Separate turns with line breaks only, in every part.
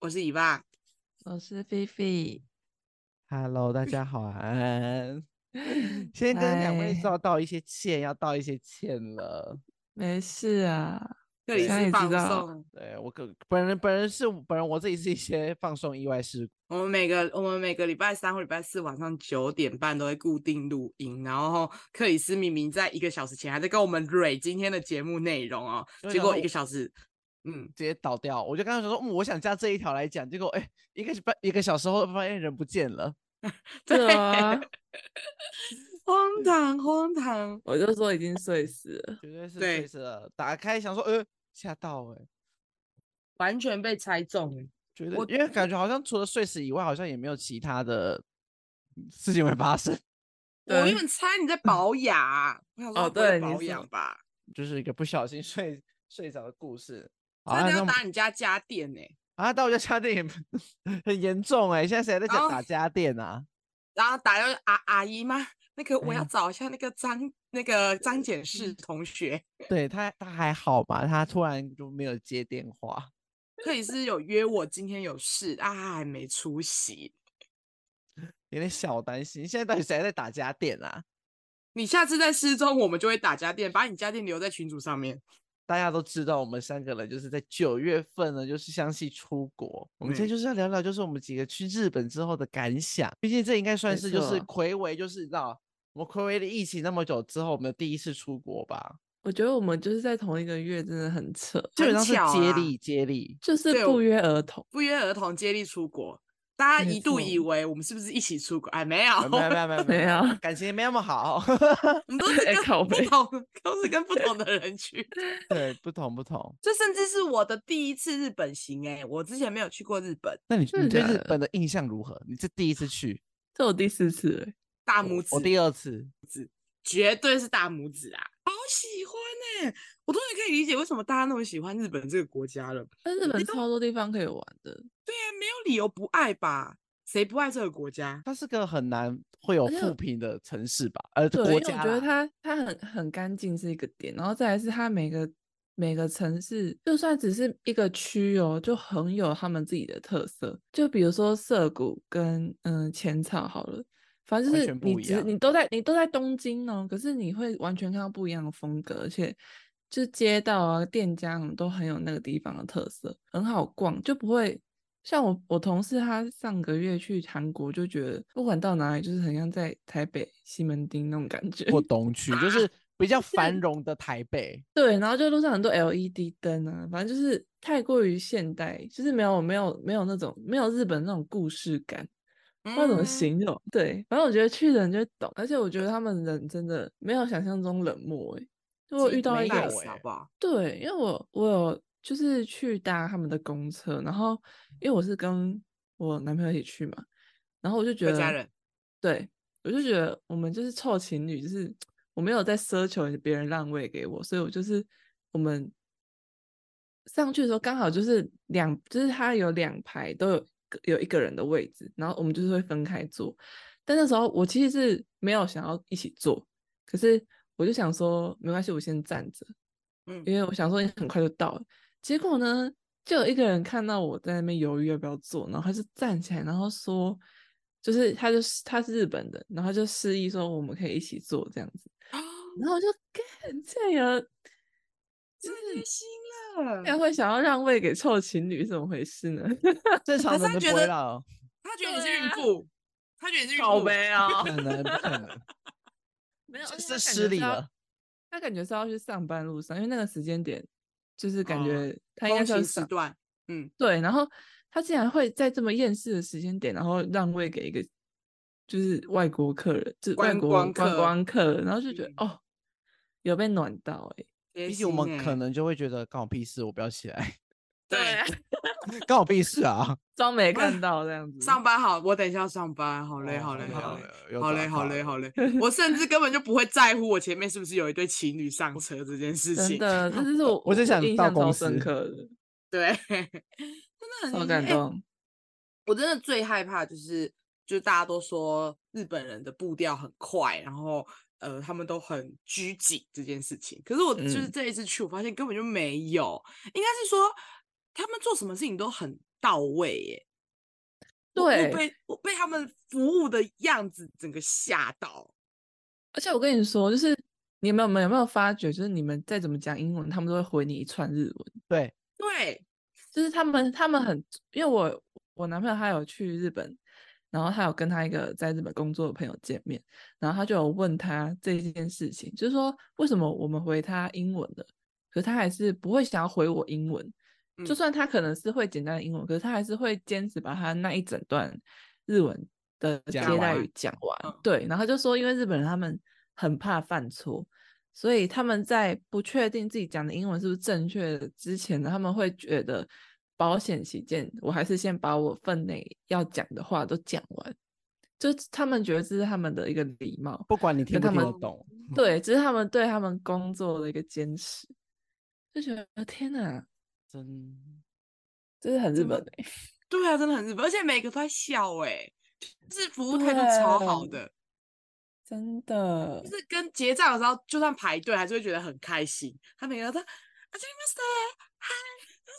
我是以爸，
我是菲菲，
Hello，大家好 安。先跟两位
嗨
道道一些歉，要道一些歉了。
没事啊，
这里
现在
是
也
放
知道
送。
对我个本人本人是本人我自己是一些放松意外事故。
我们每个我们每个礼拜三或礼拜四晚上九点半都会固定录音，然后克里斯明明在一个小时前还在跟我们蕊今天的节目内容哦
因，为
结
想
果
说
一个
我
小时，嗯，
直接倒掉，我就刚刚想说，嗯，我想加这一条来讲，结果哎，一个半一个小时后发现人不见了，
对啊，
荒唐荒唐，
我就说已经睡死了，
绝对是
对
睡死了。打开想说，呃，吓到哎、
完全被猜中。
觉得
我
因为感觉好像除了睡死以外，好像也没有其他的事情会发生，
我
对啊
原本猜你在保养啊，我想说
哦
不会
对你
保
是
养吧，
就是一个不小心 睡睡着的故事。好
真
啊
的
那
要
我们
打你家家电呢、
啊，到我家家电也不很严重哎、现在谁在
然
讲
后
打家电啊？
然后打到阿阿姨吗？那个我要
哎
找一下那个张那个张检视同学。
对他，他还好嘛？他突然就没有接电话，
克里斯有约我今天有事啊，他还没出席。
有点小担心。现在到底谁还在打家电啊？
你下次在失踪，我们就会打家电，把你家电留在群组上面。
大家都知道，我们三个人就是在九月份呢，就是相继出国。我们今天
嗯
就是要聊聊，就是我们几个去日本之后的感想。毕竟这应该算
没
是就是
错
魁违，就是你知道我们魁违了疫情那么久之后，我们的第一次出国吧，
我觉得我们就是在同一个月，真的很扯，
基本上
很
是
巧
接
啊
力接力。
就是
对
不
我
约而同，
不约而同接力出国，大家
没
一度以
错
为我们是不是一起出国？哎，没有，
呃没有没有没有
没 有
感情没那么好。
我们都是
啊哎
跟
靠
不
北
同，都是跟不同的人去。
对，不同不同。
这甚至是我的第一次日本行哎、我之前没有去过日本，
那你你
真的
对
假
日
的
本的印象如何？你是第一次去，
这我第四 次了，
大
我
拇
我
指
第二次，
绝对是大拇指啊，好喜欢哎、我终于可以理解为什么大家那么喜欢日本这个国家了。
但日本超多地方可以玩的，
对啊，没有理由不爱吧？谁不爱这个国家？
它是个很难会有
而且
负评的城市吧？呃，
对，因为
国
我
家
觉得
啦。
它它很很干净是一个点，然后再来是它每个每个城市，就算只是一个区哦，就很有他们自己的特色。就比如说涩谷跟嗯浅草好了，反正
完
就
全
是
不
你
一
只
样
你都在你都在东京哦，可是你会完全看到不一样的风格，而且。就街道啊、店家什么都很有那个地方的特色，很好逛，就不会像我我同事他上个月去韩国，就觉得不管到哪里，就是很像在台北西门町那种感觉。
或东区，
啊
就是比较繁荣的台北。
对，然后就路上很多 LED 灯啊，反正就是太过于现代，就是没有没有没有那种没有日本那种故事感，不
不
知道怎
嗯
么形容。对，反正我觉得去的人就会懂，而且我觉得他们人真的没有想象中冷漠诶、就我遇到
没
一个
有欸
好不好？
对，因为我我有就是去搭他们的公车，然后因为我是跟我男朋友一起去嘛，然后我就觉
和
得，
家人
对我就觉得我们就是臭情侣，就是我没有在奢求别人让位给我，所以我就是我们上去的时候刚好就是两，就是他有两排都有各有一个人的位置，然后我们就是会分开坐，但那时候我其实是没有想要一起坐，可是我就想说没关系，我先站着。
嗯，
因为我想说你很快就到了。结果呢，就有一个人看到我在那边犹豫要不要做，然后他就站起来，然后说，就是他就是他是日本的，然后他就示意说我们可以一起做这样子。然后我就干，这有
真的开心了
竟。然会想要让位给臭情侣，怎么回事呢？
正常
是
人
他
都
觉
不会
得哦
让，
他觉得你是
对
孕
啊
妇，他觉得你是孕
好
妇。
呗
不
啊，
可能不可能，
没有，
这
而
是失
且他感觉
礼
是要
了。
他感觉是要去上班路上，因为那个时间点就是感
哦
觉他应该
通
是要
勤
上
时段，
对，然后他竟然会在这么厌世的时间点，然后让位给一个就是外国客人，就是外
观
国
光客嗯
观光客，然后就觉得、哦，有被暖到哎、
贴
毕竟我
心
们可
欸
能就会觉得关我屁事，我不要起来。
对，
啊，
关我屁事啊！
装没看到这样子。
上班好，我等一下要上班，好累，
哦
好累，好累。，
又
好
打
嘞，好
岔
嘞，
了
好嘞！ 我甚至根本就不会在乎我前面是不是有一对情侣上车这件事
真
情。
的，这就是我
我只想
印
到
象超
公司
深刻的，
对， 真的很
好
年轻
感
哎
动。
我真的最害怕就是，就大家都说日本人的步调很快，然后呃，他们都很拘谨这件事情。可是我就是
嗯
这一次去，我发现根本就没有，应该是说他们做什么事情都很到位耶。我我
对
被我被他们服务的样子整个吓到。
而且我跟你说，就是你们有没有有没有发觉，就是你们再怎么讲英文，他们都会回你一串日文。
对，
对，
就是他们他们很，因为我我男朋友他有去日本，然后他有跟他一个在日本工作的朋友见面，然后他就有问他这件事情，就是说为什么我们回他英文的，可是他还是不会想要回我英文，就
嗯
算他可能是会简单的英文，可是他还是会坚持把他那一整段日文的接
讲
待
完
语讲完。
嗯
对，然后就说因为日本人他们很怕犯错，所以他们在不确定自己讲的英文是不是正确的之前呢，他们会觉得保险起见，我还是先把我分内要讲的话都讲完。就他们觉得这是他们的一个礼貌，
不管你听不
他
听得
们
懂，
嗯
对，这是他们对他们工作的一个坚持。就觉得天哪，
真
这是很日
真的
本的、欸
对啊，真的很日本，而且每个都在笑哎、就是服务态度超好
对
的，
真的
就，是跟结账的时候，就算排队还是会觉得很开心。他每个人都啊，这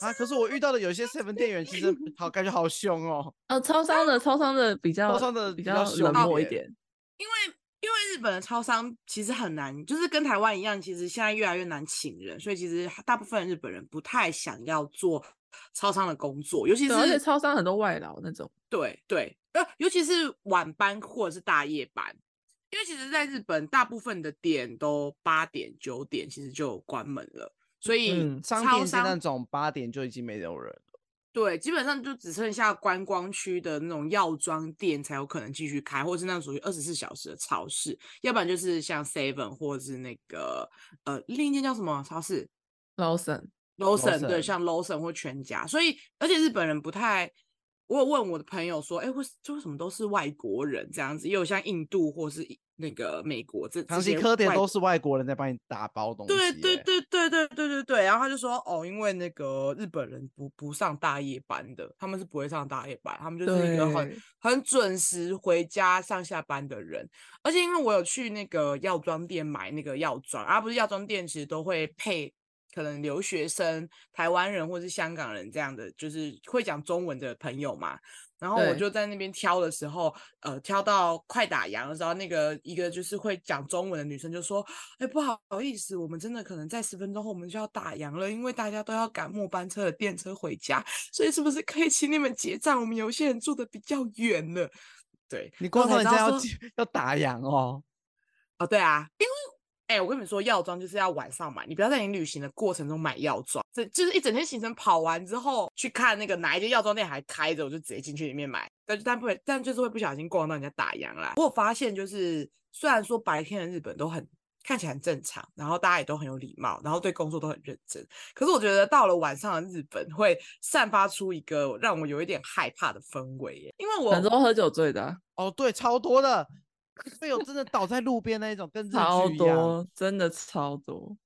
啊！可是我遇到的有些 seven 店员 其实好感觉好凶哦，
哦，超商的超商的比较
商的
比
比较
较
凶
冷
一
漠一
点
点，
因为日本的超商其实很难，就是跟台湾一样，其实现在越来越难请人，所以其实大部分日本人不太想要做超商的工作，尤其
对，而且
是
超商很多外劳那种，
对对，呃，尤其是晚班或者是大夜班，因为其实在日本大部分的店都八点九点其实就关门了，所以
嗯，商
超
店街那
商
种八点就已经没有人了，
对，基本上就只剩下观光区的那种药妆店才有可能继续开，或是那种属于二十四小时的超市，要不然就是像 Seven 或是那个呃另一间叫什么超市
劳森，
Lawson，对，
Lawson
像 Lawson 或全家。所以，而且日本人不太，我有问我的朋友说，哎，为就为什么都是外国人这样子？也有像印度或是那个美国这
长
这
期
些
科店
外
都是外国人在帮你打包东西
对
耶，
对对对对对对对，然后他就说哦，因为那个日本人不不上大夜班的，他们是不会上大夜班，他们就是一个很
对
很准时回家上下班的人。而且因为我有去那个药妆店买那个药妆，啊，不是药妆店其实都会配可能留学生、台湾人或是香港人这样的，就是会讲中文的朋友嘛。然后我
对
就在那边挑的时候，呃，挑到快打烊的时候，那个一个就是会讲中文的女生就说：“哎，不好意思，我们真的可能在十分钟后我们就要打烊了，因为大家都要赶末班车的电车回家，所以是不是可以请你们结账？我们有些人住的比较远了。”对，
你
然
光
后
说
才
人家
知道
要
说
进要打烊哦，
哦，对啊，因为哎、我跟你们说，药妆就是要晚上买，你不要在你旅行的过程中买药妆，这就是一整天行程跑完之后，去看那个哪一间药妆店还开着，我就直接进去里面买。但就但不会，但就是会不小心逛到人家打烊啦。我有发现就是，虽然说白天的日本都很。看起来很正常，然后大家也都很有礼貌，然后对工作都很认真。可是我觉得到了晚上的日本，会散发出一个让我有一点害怕的氛围耶，因为我
很多喝酒醉的啊、
哦对，超多的，队友真的倒在路边那一种，跟日
超
剧一样。
多，真的超多，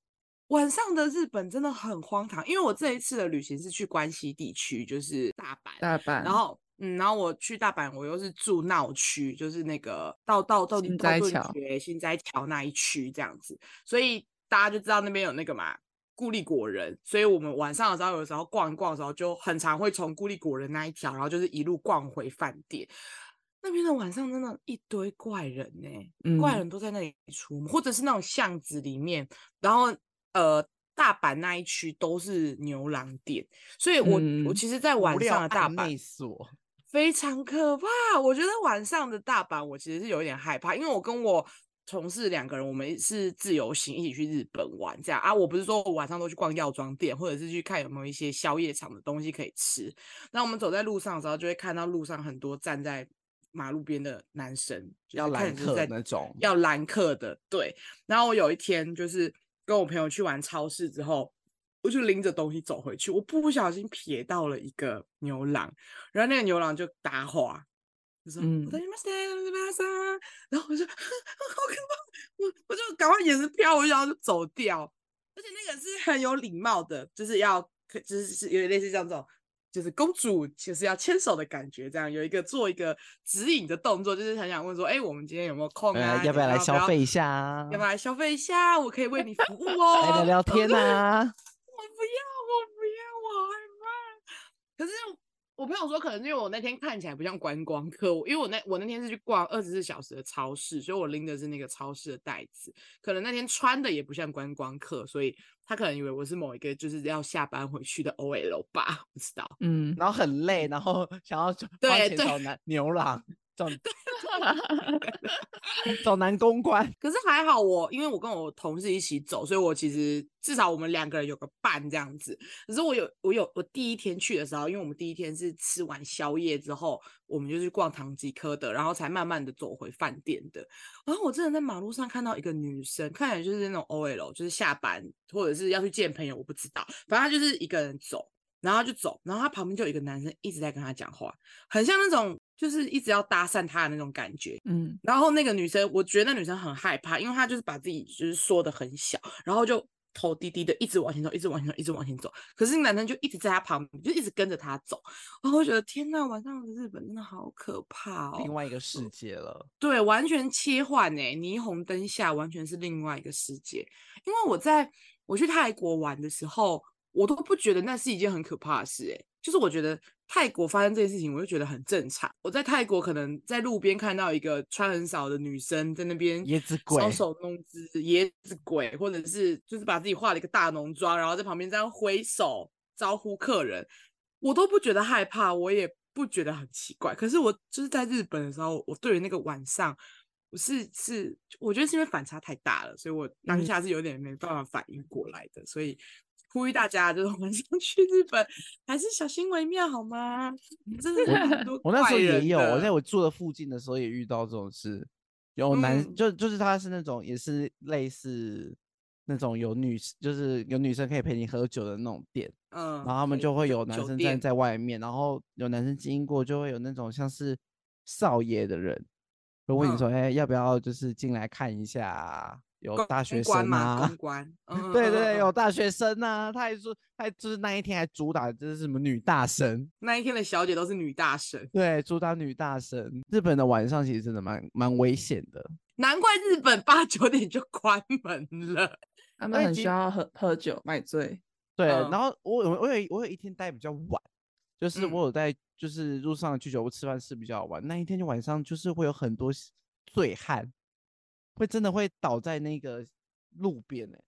晚上的日本真的很荒唐，因为我这一次的旅行是去关西地区，就是大阪，
大阪，
然后嗯，然后我去大阪，我又是住闹区，就是那个到到到
新
到
斋
顿
桥
崛新斋桥那一区这样子，所以大家就知道那边有那个嘛。固力果人，所以我们晚上的时候，有时候逛一逛的时候，就很常会从固力果人那一条，然后就是一路逛回饭店。那边的晚上真的一堆怪人呢、怪
嗯
人都在那里出没，或者是那种巷子里面，然后呃，大阪那一区都是牛郎店，所以我、我
嗯
其实，在
无
晚
料
上的大
案
阪
内所，
非常可怕。我觉得晚上的大阪，我其实是有一点害怕，因为我跟我同事两个人，我们是自由行一起去日本玩，这样啊。我不是说我晚上都去逛药妆店，或者是去看有没有一些宵夜场的东西可以吃。那我们走在路上的时候，就会看到路上很多站在马路边的男生，就是
要
看
揽
起来就是
客
在
那种，
要兰克的，对。然后我有一天就是跟我朋友去完超市之后，我就拎着东西走回去，我不小心瞥到了一个牛郎，然后那个牛郎就搭话，就说“
嗯
我然后我就 好可怕，我我就赶快眼神飘回去，然后就走掉。而且那个是很有礼貌的，就是要可就是是有点类似像这种，就是公主就是要牵手的感觉，这样有一个做一个指引的动作，就是很想问说，哎、我们今天有没有空啊？
呃，要
你
不要来
不
消费一下啊
要不？要来消费一下？我可以为你服务 哦。
来 聊聊天啊！
我不要，我不要，我害怕。可是我朋友说，可能因为我那天看起来不像观光客，我因为我那我那天是去逛二十四小时的超市，所以我拎的是那个超市的袋子，可能那天穿的也不像观光客，所以他可能以为我是某一个就是要下班回去的 OL 吧，不知道。
嗯，
然后很累，然后想要就花
嗯对
钱
对
找男牛郎，找找男公关，
可是还好我，因为我跟我同事一起走，所以我其实至少我们两个人有个伴这样子。可是我有我有我第一天去的时候，因为我们第一天是吃完宵夜之后，我们就去逛唐吉诃德，然后才慢慢的走回饭店的。然后我真的在马路上看到一个女生，看起来就是那种 OL，就是下班或者是要去见朋友，我不知道，反正她就是一个人走，然后她就走，然后她旁边就有一个男生一直在跟她讲话，很像那种就是一直要搭讪她的那种感觉。
嗯，
然后那个女生，我觉得那女生很害怕，因为她就是把自己就是缩的很小，然后就头低低的一直往前走，一直往前走，一直往前走。可是男生就一直在她旁边，就一直跟着她走。然后我觉得天呐，晚上的日本真的好可怕哦！
另外一个世界了。
对，完全切换诶、霓虹灯下完全是另外一个世界。因为我在我去泰国玩的时候，我都不觉得那是一件很可怕的事诶、就是我觉得泰国发生这件事情，我就觉得很正常。我在泰国可能在路边看到一个穿很少的女生在那边
椰子
搔
鬼
首弄姿，椰子鬼，或者是就是把自己化了一个大浓妆，然后在旁边这样挥手招呼客人，我都不觉得害怕，我也不觉得很奇怪。可是我就是在日本的时候，我对于那个晚上，我是是，我觉得是因为反差太大了，所以我当
嗯
下是有点没办法反应过来的，所以。呼吁大家，就是晚上去日本还是小心为妙好吗？真的是很 多
我那时候
怪
也
人
有，我在
的
我住的附近的时候也遇到这种事，有男、
嗯
就就是他是那种也是类似那种有女就是有女生可以陪你喝酒的那种店，
嗯，
然后他们
对
就会
酒
有男
酒
生
店
站在外面，然后有男生经过就会有那种像是少爷的人，就问你
嗯
说，哎、要不要就是进来看一下啊、有
公
大学
关
生
嘛，
啊
公，关，嗯
对对
嗯嗯
对，
嗯
有大学生啊，他还说，他就是那一天还主打这是什么女大神，
那一天的小姐都是女大神，
对，主打女大神。日本的晚上其实真的蛮蛮危险的，
难怪日本八九点就关门了。
他
那
们
已
很需
经
要喝喝酒买醉，
对。
嗯
然后我有我有一我有一天待比较晚，就是
嗯
我有在就是路上去酒屋吃饭吃比较晚，那一天就晚上就是会有很多是醉汉，会真的会倒在那个路边哎、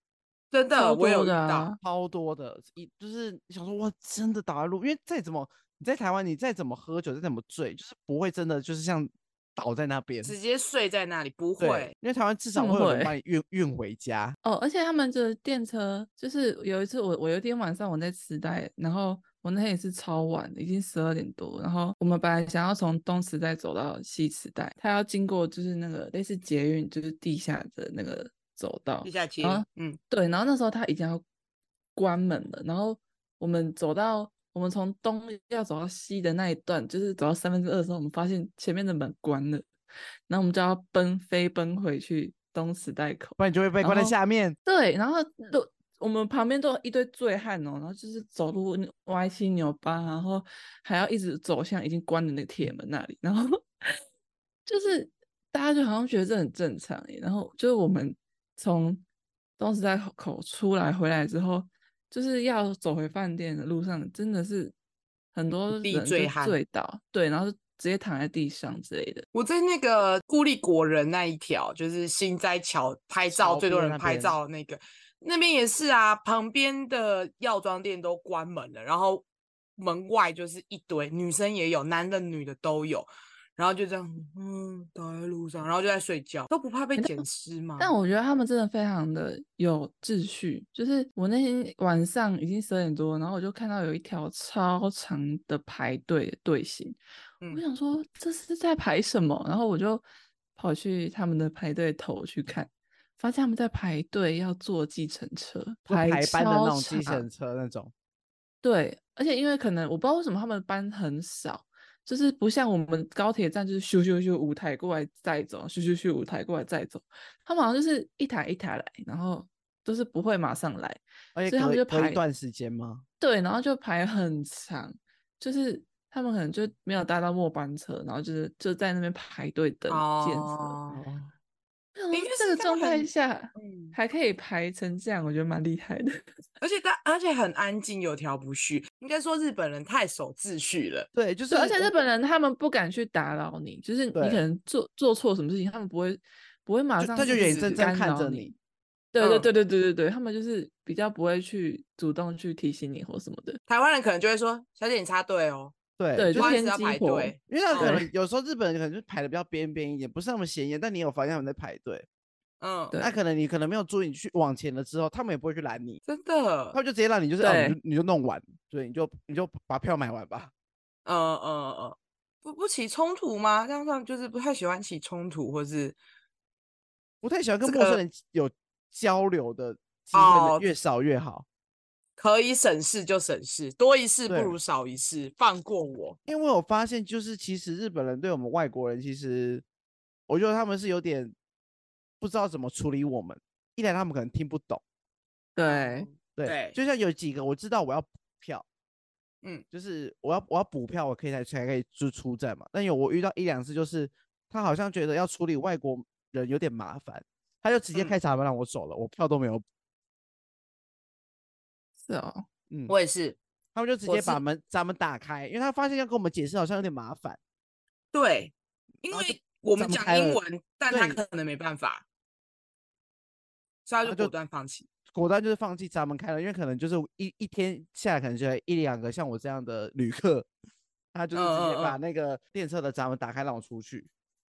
真的，
超
我有
多
遇
的
到，
啊，
超多的，一就是想说哇，真的倒在路，因为再怎么你在台湾你再怎么喝酒再怎么醉，就是不会真的就是像倒在那边。
直接睡在那里，不
对
会，，
因为台湾至少
他
会
们
有人
嗯会
把你运运回家，
哦，而且他们的电车，就是有一次我我有一天晚上我在池袋，然后我那天也是超晚的，已经十二点多，然后我们本来想要从东池袋走到西池袋，它要经过就是那个类似捷运，就是地下的那个走道
地，下街
啊，
嗯，
对，然后那时候它已经要关门了，然后我们走到我们从东要走到西的那一段，就是走到三分之二的时候，我们发现前面的门关了，然后我们就要奔飞奔回去东池袋口。
不然你就会被
然
关在
后
下面。
对，然后
嗯
都我们旁边都有一堆醉汉哦，然后就是走路歪七扭八，然后还要一直走向已经关的那个铁门那里，然后 就是大家就好像觉得这很正常耶，然后就是我们从东时代口口出来回来之后，就是要走回饭店的路上，真的是很多
地
人就
醉汉
醉倒，对，然后就直接躺在地上之类的。
我在那个孤立国人那一条，就是新斋桥拍
桥
照最多
边
人
那
拍
边
照的那个，那边也是啊，旁边的药妆店都关门了，然后门外就是一堆女生也有，男的女的都有。然后就这样，嗯，倒在路上，然后就在睡觉，都不怕被捡尸
嗯
吗？
但我觉得他们真的非常的有秩序，就是我那天晚上已经十二点多，然后我就看到有一条超长的排队的队形，
嗯
我想说这是在排什么，然后我就跑去他们的排队头去看，发现他们在排队要坐计程车，
就排班的那
超
种计
长
程车那种，
对，而且因为可能我不知道为什么他们班很少，就是不像我们高铁站就是咻咻咻舞台过来再走，咻咻咻舞台过来再走，他们好像就是一台一台来，然后都是不会马上来，
而且
所以他
隔
们就
隔
排
一段时间吗？
对，然后就排很长，就是他们可能就没有搭到末班车，然后就是就在那边排队等建设。
哦，
我想
应
说
该
这
是
个
他
状态
们
下
嗯，
还可以排成这样，我觉得蛮厉害的。
而且他而且很安静，有条不絮。应该说日本人太守秩序了。
对，就是
对，而且
我
日本人他们不敢去打扰你，就是你可
对
能做做错什么事情，他们不会不会马
就
上
他就
去
眼睁睁
干
看
扰
着
你
你。
对对
嗯
对对对对对，他们就是比较不会去主动去提醒你或什么的。
台湾人可能就会说：“小姐，你插队哦，
对
对
就
不好
是
意思
偏
要
激
排
活
队。
因为他可
对
能有时候日本人可能就排的比较边边一点，不是那么显眼，但你有发现他们在排队，”
嗯，
对
那可能你可能没有注意，你去往前了之后，他们也不会去拦你，
真
他
的，嗯
们就直接让你就是哦，你
呃对
就你就弄完，所以你就你就把票买完吧。
嗯嗯嗯，不不起冲突吗？这样他们就是不太喜欢起冲突，或是
不太喜欢跟
这
陌生
个
人有交流的机会
哦
呢，越少越好。
可以省事就省事，多一事不
对
如少一事，放过我。
因为我发现，就是其实日本人对我们外国人，其实我觉得他们是有点不知道怎么处理我们。一来他们可能听不懂，
对，
对，
对
就像有几个我知道我要补票，
嗯，
就是我要我要补票，我可以才才可以就出站嘛。但有我遇到一两次，就是他好像觉得要处理外国人有点麻烦，他就直接
嗯
开闸门让我走了，我票都没有补，
是哦，
嗯，
我也是，
他们就直
我
接
是
把门闸门打开，因为他发现要跟我们解释好像有点麻烦，
对，因
然后就
为我们
张
讲
开
英
了
文，但他
对
可能没办法，所以
然后
他就
就
果断放弃。
果断就是放弃闸门开了，因为可能就是一一天下来，可能就有一两个像我这样的旅客， 他就是直
嗯嗯
接
嗯
把那个电车的闸门打开让我出去。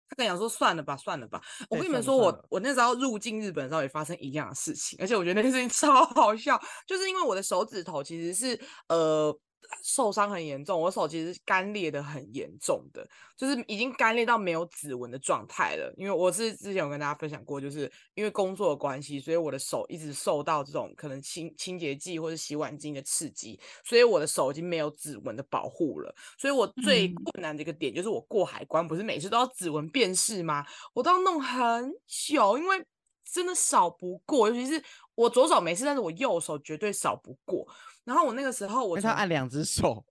他跟你讲说算了吧，算了吧。我
对
跟你们
算
说，
了
我
算了
我那时候入境日本的时候也发生一样的事情，而且我觉得那件事情 超好笑，就是因为我的手指头其实是呃受伤很严重，我手其实是干裂的很严重的，就是已经干裂到没有指纹的状态了。因为我是之前有跟大家分享过，就是因为工作的关系，所以我的手一直受到这种可能清清洁剂或者洗碗巾的刺激，所以我的手已经没有指纹的保护了。所以我最
嗯
困难的一个点就是我过海关，不是每次都要指纹辨识吗？我都要弄很久，因为真的扫不过，尤其是我左手没事，但是我右手绝对扫不过。然后我那个时候
因
我
为他
从
按两只手，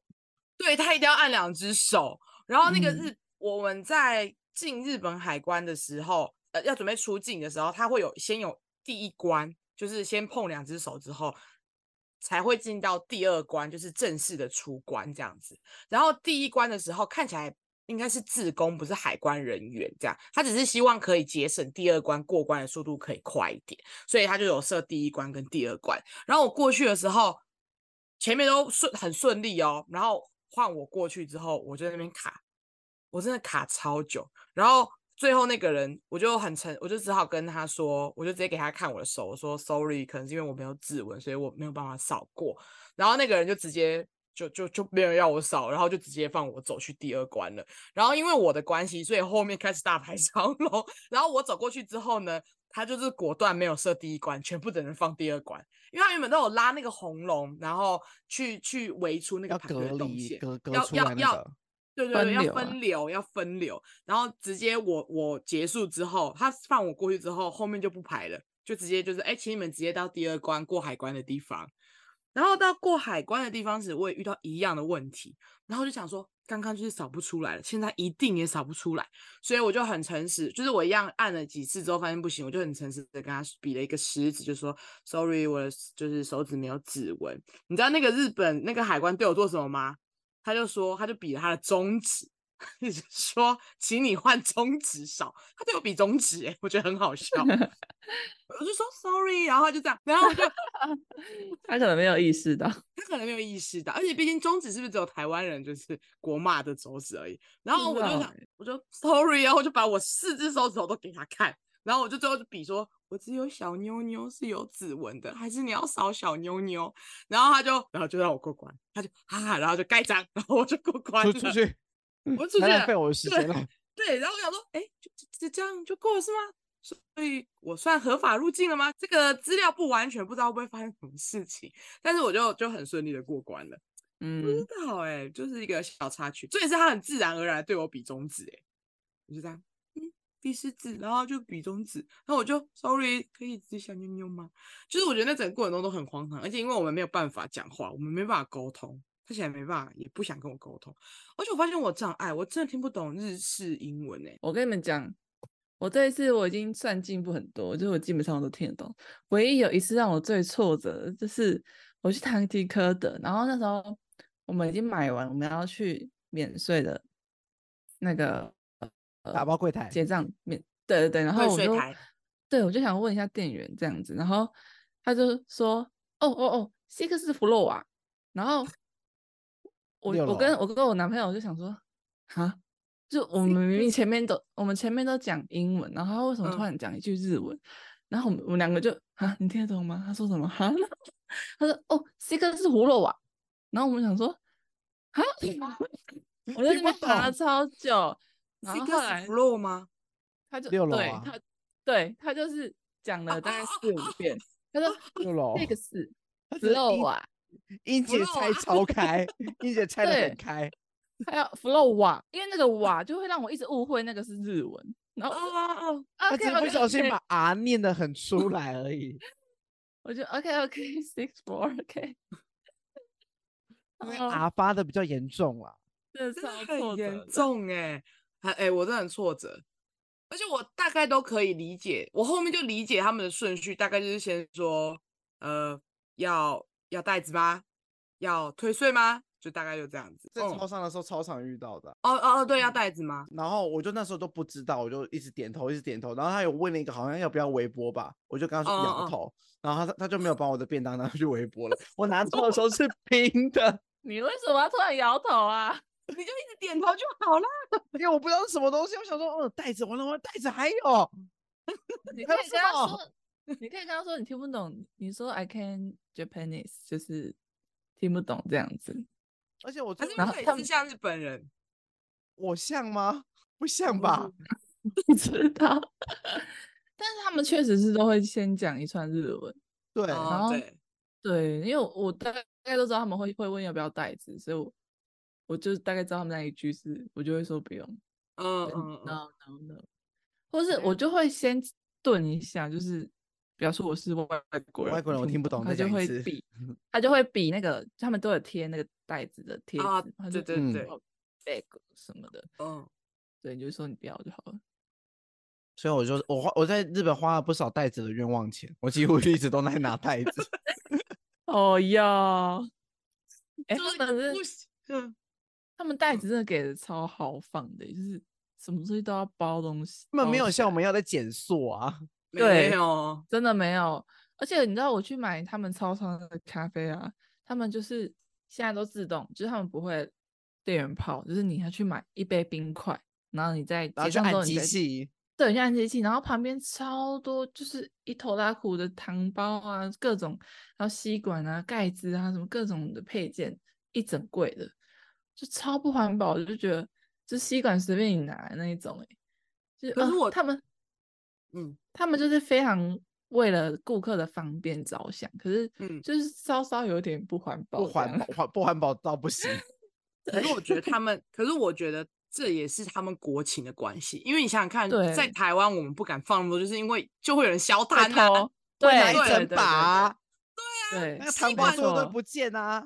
对他一定要按两只手。然后那个
嗯
日，我们在进日本海关的时候，呃，要准备出境的时候，他会有先有第一关，就是先碰两只手之后，才会进到第二关，就是正式的出关这样子。然后第一关的时候，看起来。应该是自工，不是海关人员这样。他只是希望可以节省第二关过关的速度可以快一点，所以他就有设第一关跟第二关。然后我过去的时候，前面都顺很顺利哦，然后换我过去之后，我就在那边卡，我真的卡超久，然后。最后那个人，我就很诚，我就只好跟他说，我就直接给他看我的手，我说 sorry，可能是因为我没有指纹，所以我没有办法扫过。然后那个人就直接就就就没有要我扫，然后就直接放我走去第二关了。然后因为我的关系，所以后面开始大排 长龙。然后我走过去之后呢，他就是果断没有设第一关，全部的人放第二关。因为他原本都有拉那个红龙，然后去去围出那个
要
排队
隔
的动
离
线，
隔隔
要
出
要
来那
要
个。
对对
分
对，要
流啊
分流，要分流，然后直接我我结束之后，他放我过去之后，后面就不排了，就直接就是哎，请你们直接到第二关过海关的地方。然后到过海关的地方时，我也遇到一样的问题，然后就想说，刚刚就是扫不出来了，现在一定也扫不出来，所以我就很诚实，就是我一样按了几次之后发现不行，我就很诚实的跟他比了一个食指，就说 sorry，我的就是手指没有指纹。你知道那个日本那个海关对我做什么吗？他就说，他就比了他的中指， 就是说，请你换中指扫。他对我比中指、欸， 我觉得很好 笑。我就说 sorry，然后他就这样，然后我就
他可能没有意识到，
他可能没有意识到，而且毕竟中指是不是只有台湾人就是国骂的手指而已？然后我
知
就
道
想，
欸
我就 sorry，然后我就把我四只手指头都给他看，然后我就最后就比说，我只有小妞妞是有指纹的，还是你要扫小妞妞？然后他就，然后就让我过关，他就啊，然后就盖章，然后我就过关
出
了，
出去，
我出去
还浪
了
费。我的时
对
间了。
对，然后我想说，哎，就就就这样就过了是吗？所以我算合法入境了吗？这个资料不完全，不知道会不会发生什么事情，但是我就就很顺利的过关了。不知
嗯，
道哎、就是一个小插曲，重点是他很自然而然地对我比中指哎、我就这样，嗯，比食指，然后就比中指，然后我就 sorry，可以只想妞妞吗？就是我觉得那整个过程中都很荒唐，而且因为我们没有办法讲话，我们没办法沟通，他显然没办法，也不想跟我沟通，而且我发现我障碍，我真的听不懂日式英文哎、
我跟你们讲，我这一次我已经算进步很多，就是我基本上都听得懂。唯一有一次让我最挫折，的就是我去唐吉诃德，然后那时候我们已经买完，我们要去免税的那个
打包柜台，
结账面，对对对，然后我
税
就
台，
对我就想问一下店员这样子，然后他就说，哦哦哦，six floor 啊，然后我
六
我跟
楼
我跟我男朋友就想说，哈，就我们明明前面都我们前面都讲英文，然后他为什么突
嗯
然讲一句日文？然后我们我们两个就啊，你听得懂吗？他说什么？ 哈，他说哦，six floor 啊，然后我们想说，哈，我在
听
那边
不
打了
懂
超久，然
是
后
一
后
个
来
flow 吗？
他就
六楼
对
啊
他，对他就是讲了大概四五遍，他说
六楼
那个是
哦他只是
flow
一
啊，
英
不
姐
漏
拆
啊
超开，英姐拆的
对
很开，
还有 flow 瓦，因为那个瓦就会让我一直误会那个是日文，然后
哦哦哦，
她
我
只
就 OK，
是
我
不
就
小心
OK，
把 R 念得很出来而已。
我就 OK OK six four OK，
因为
然后
R 发的比较严重啦，
真的
真的
超挫
很
折
严
的，
重哎、还哎、我真的很挫折。而且我大概都可以理解，我后面就理解他们的顺序，大概就是先说，呃，要要袋子吗？要退税吗？就大概就这样子。
在
嗯
超商的时候超常遇到的。
哦哦哦，对，要袋子吗？
然后我就那时候都不知道，我就一直点头，一直点头。然后他有问了一个好像要不要微波吧，我就跟他说
嗯嗯
摇
嗯
头。然后他他就没有把我的便当拿去微波了。 我拿到的时候是冰的，
你为什么要突然摇头啊？
你就一直点头就好啦。
因为我不知道是什么东西。我想说，嗯，袋子完了，完了，袋子还有。
你可
还有
以
什
跟他
么
说，你可以跟他说你听不懂，你说 I can Japanese 就是听不懂这样子。
而且我
还
最
是
然后
对
他，
是
们
像日本人，
我像吗？不像
不
吧？
不知道， 但是他们确实是都会先讲一串日文。
对，
然
哦
后
对，
对，因为我大概都知道他们会会问要不要袋子，所以我我就大概知道他们那一句是，我就会说不用
嗯嗯
对
嗯，
，no no no，或是我就会先顿一下，就是表示我是外外国人，
外国人我听不懂
他
再
就
讲一
会
次
比，他就会比那个他们都有贴那个袋子的贴纸，
啊
他就
对对
嗯
对，
哦 bag 什么的，
嗯，
对，你就说你不要就好了。
所以我就我花我在日本花了不少袋子的冤枉钱，我几乎一直都在拿袋子。
哦哟，哎，
就是
他们是
不行，嗯，
他们袋
嗯
子真的给的超豪放的，就是什么东西都要包东西。
他们没有
包起来
像我们要在减速 啊，
没
对
有，
真的没有。而且你知道我去买他们超商的咖啡啊，他们就是现在都自动，就是他们不会店员泡，就是你要去买一杯冰块，然后你在
然后
结
就
账之后
按
你
机
再，
器。
对，你按机器，然后旁边超多就是一头拉苦的糖包啊，各种，然后吸管啊、盖子啊，什么各种的配件，一整柜的，就超不环保，我就觉得就吸管随便你拿的那一种、欸，就是
可是
呃
我
他们。
嗯，
他们就是非常为了顾客的方便着想，可是
嗯
就是稍稍有点不环保，
不环保，。 环不环保到不行。
可是我觉得他们，可是我觉得这也是他们国情的关系，因为你想想看，在
对
台湾我们不敢放那么多，就是因为就会有人消
会
摊呐、
偷，
会
对，
拿一
对
整把啊，
对对对
那
对
个
吸
糖果
管
最后都
错
不见啊。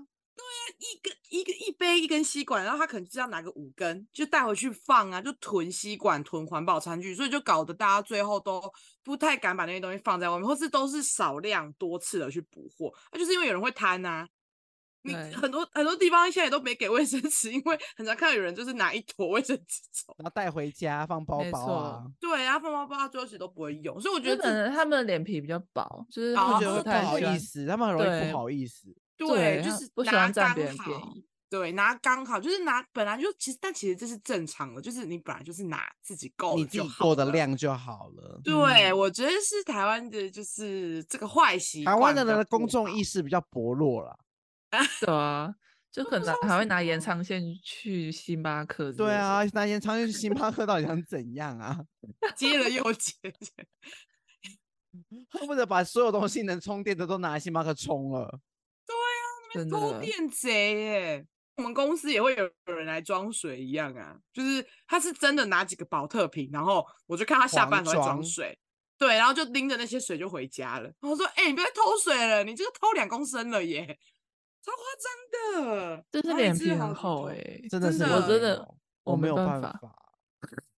一根一个一杯一根吸管，然后他可能就是要拿个五根，就带回去放啊，就囤吸管、囤环保餐具，所以就搞得大家最后都不太敢把那些东西放在外面，或是都是少量多次的去补货，那、就是因为有人会贪呐、你
对
很多很多地方现在也都没给卫生 纸，因为很常看到有人就是拿一坨卫生纸走。
然后带回家放包
没
包
错
啊。
对啊，放包包到最后其实都不会用，所以我觉得
日
这
本人他们的脸皮比较薄，就是
他
他
们
啊
们
觉得
不
哦不
太
好
喜欢
意，思，他们很容易
对
不好意思。
对，就
他
是
不喜
拿
欢占
刚
别人便
好
宜。
对，拿刚好就是拿本来就其实，但其实这是正常的，就是你本来就是拿自己够
你
了
自
就
己
好
做的
了。
量嗯就好了。
对，
嗯
我觉得是台湾的，就是这个坏习
台
惯。
湾的人的公众
识，
意识比较薄弱啦，
对啊，就可
不
能
知道
还
为
会
什
拿延
么
长线去星巴克。
对，啊，拿延长去星巴克到底想怎样啊？
接了又 接，
恨不得把所有东西能充电的都拿来星巴克充了。
真的
偷电贼耶！我们公司也会有人来装水一样啊，就是他是真的拿几个保特瓶，然后我就看他下
狂
班还会装
装
水，对，然后就拎着那些水就回家了。然后我说：“哎、你不要再偷水了，你这个偷两公升了耶，超夸张的。”
真是
然后
脸
一次
皮
好
很
几
厚
桶
哎、
真的
真
是
的
没
我真
有
的
我
没
没有
办
办
法，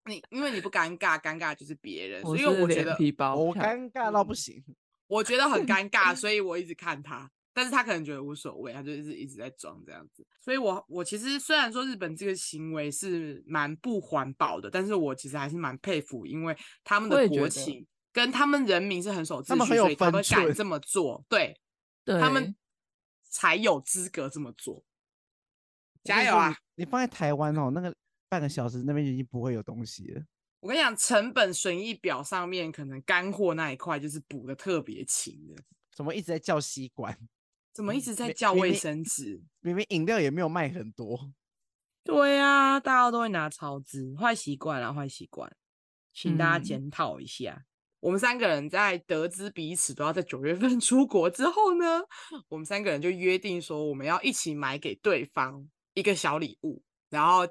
你因为你不尴尬，尴尬就是别人，所以
是
因为我觉
脸
得
皮薄，
我尴尬到不行。
我觉 得很尴尬，所以我一直看他，但是他可能觉得无所谓，他就一直一直在装这样子。所以我我其实虽然说日本这个行为是蛮不环保的，但是我其实还是蛮佩服，因为他们
我
的
也觉
国
得
情跟他们人民是很守秩
他们
序，
很有
所以他
分
们敢
寸
这么做， 对
对
他们才有资格这么做。
我
加
跟你
油
说
啊！！
你你放在台湾哦，那个半个小时那边已经不会有东西了。
我跟你讲，成本损益表上面可能干货那一块就是补的特别勤的，
怎么一直在叫吸管？
怎么一直在
明
叫
明
卫
明
生纸？
明明饮料也没有卖很 多，
对啊，大家都会拿超支，坏习惯啊，坏习惯，请大家
嗯
检讨一下。我们三个人在得知彼此都要在九月份 出国之后呢，我们三个人就约定说，我们要一起买给对方一个小礼物，然后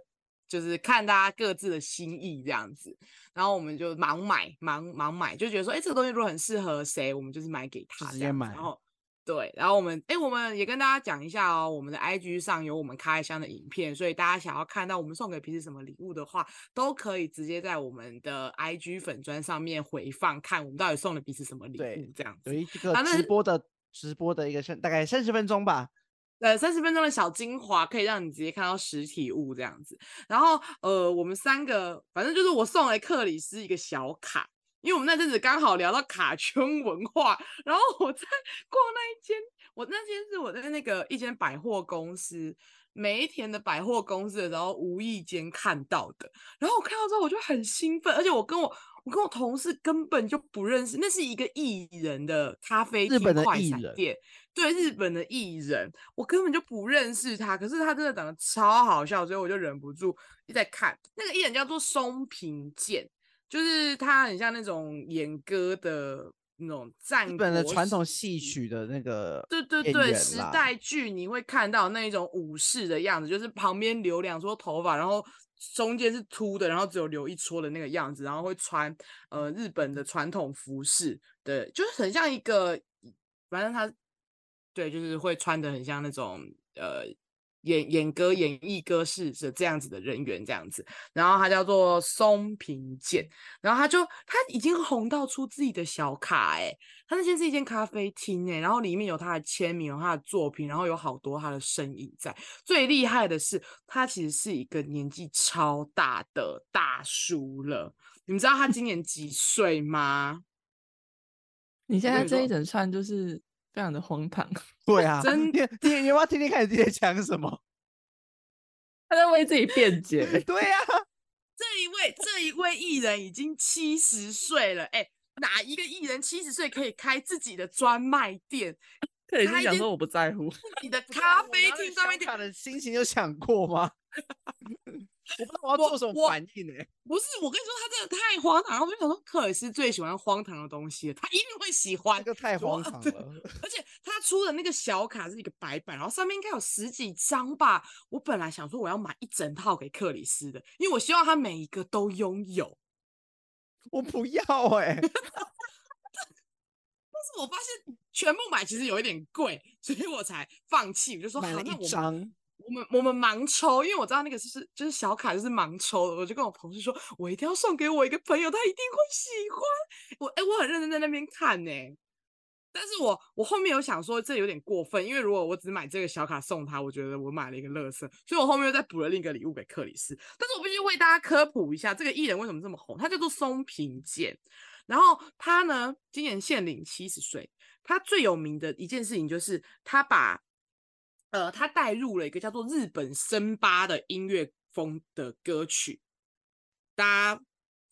就是看大家各自的心意这样子。然后我们就盲买，盲盲买，就觉得说，哎、这个东西如果很适合谁，我们就是买给他
直
这
接
样子
买
然后对，然后我们哎，我们也跟大家讲一下哦，我们的 IG 上有我们开箱的影片，所以大家想要看到我们送给彼此什么礼物的话，都可以直接在我们的 IG 粉砖上面回放，看我们到底送了彼此什么礼
对
物，这样
有
子。
一个
啊那
直
是
播的直播的一个是大概三十分钟吧。
呃，三十分钟的小精华可以让你直接看到实体物这样子。然后呃，我们三个反正就是我送了克里斯一个小卡，因为我们那阵子刚好聊到卡圈文化，然后我在逛那一间，我那间是我在那个一间百货公司。梅田的百货公司的时候，无意间看到的，然后我看到之后我就很兴奋，而且我跟我我跟我同事根本就不认识，那是一个艺人的咖啡
日
厅
本的
快
艺
闪
人
店，对日本的艺人，我根本就不认识他，可是他真的长得超好笑，所以我就忍不住一直在看那个艺人叫做松平健，就是他很像那种演歌的那种战
日本的
国
传
时
统戏
期
曲的那个
对对
演
对，
员
时
啦
代剧你会看到那一种武士的样子，就是旁边留两撮头发，然后中间是秃的，然后只有留一撮的那个样子，然后会穿呃日本的传统服饰，对，就是很像一个，反正他对，就是会穿的很像那种呃演演歌、演艺歌式的这样子的人员这样子，然后他叫做松平健，然后他就他已经红到出自己的小卡哎、他那间是一间咖啡厅诶，然后里面有他的签名，有他的作品，然后有好多他的身影在。最厉害的是，他其实是一个年纪超大的大叔了。你们知道他今年几岁吗？
你现
我跟你
在这一
说
整串就是非常的荒 唐，
对啊，
真
你你你要不要听听看你自己在讲什么？
他在为自己 辩解。
对呀、啊，
这一位这一位艺人已经七十岁了，哎，哪一个艺人七十岁可以开自己的专卖店？
他已
他
经
一
讲
定
说我不在乎，
自己的咖啡厅专
上
卖
面
店
卡的心情有想过吗？ 我不知道我要
我
做什么
我
反应呢、
不是，我跟你说，他真的太荒唐了。我就想说，克里斯最喜欢荒唐的东西了，他一定会喜欢
这。个太
说
荒
呃
唐
对
了。
而且他出的那个小卡是一个白板，然后上面应该有十几张吧。我本来想说我要买一整套给克里斯的，因为我希望他每一个都拥有。
我不要哎、
但是我发现全部买其实有一点贵，所以我才放弃。我就说
买
好，
了
那
一
我们
张，
我们我们盲抽，因为我知道那个就是就是小卡就是盲抽的，我就跟我同事说，我一定要送给我一个朋友，他一定会喜欢。我哎、我很认真在那边看呢、但是我我后面有想说这有点过分，因为如果我只买这个小卡送他，我觉得我买了一个乐色，所以我后面又再补了另一个礼物给克里斯。但是我必须为大家科普一下，这个艺人为什么这么红，他叫做松平健，然后他呢今年现龄七十岁，他最有名的一件事情就是他把，呃，他带入了一个叫做日本森巴的音乐风的歌曲。大家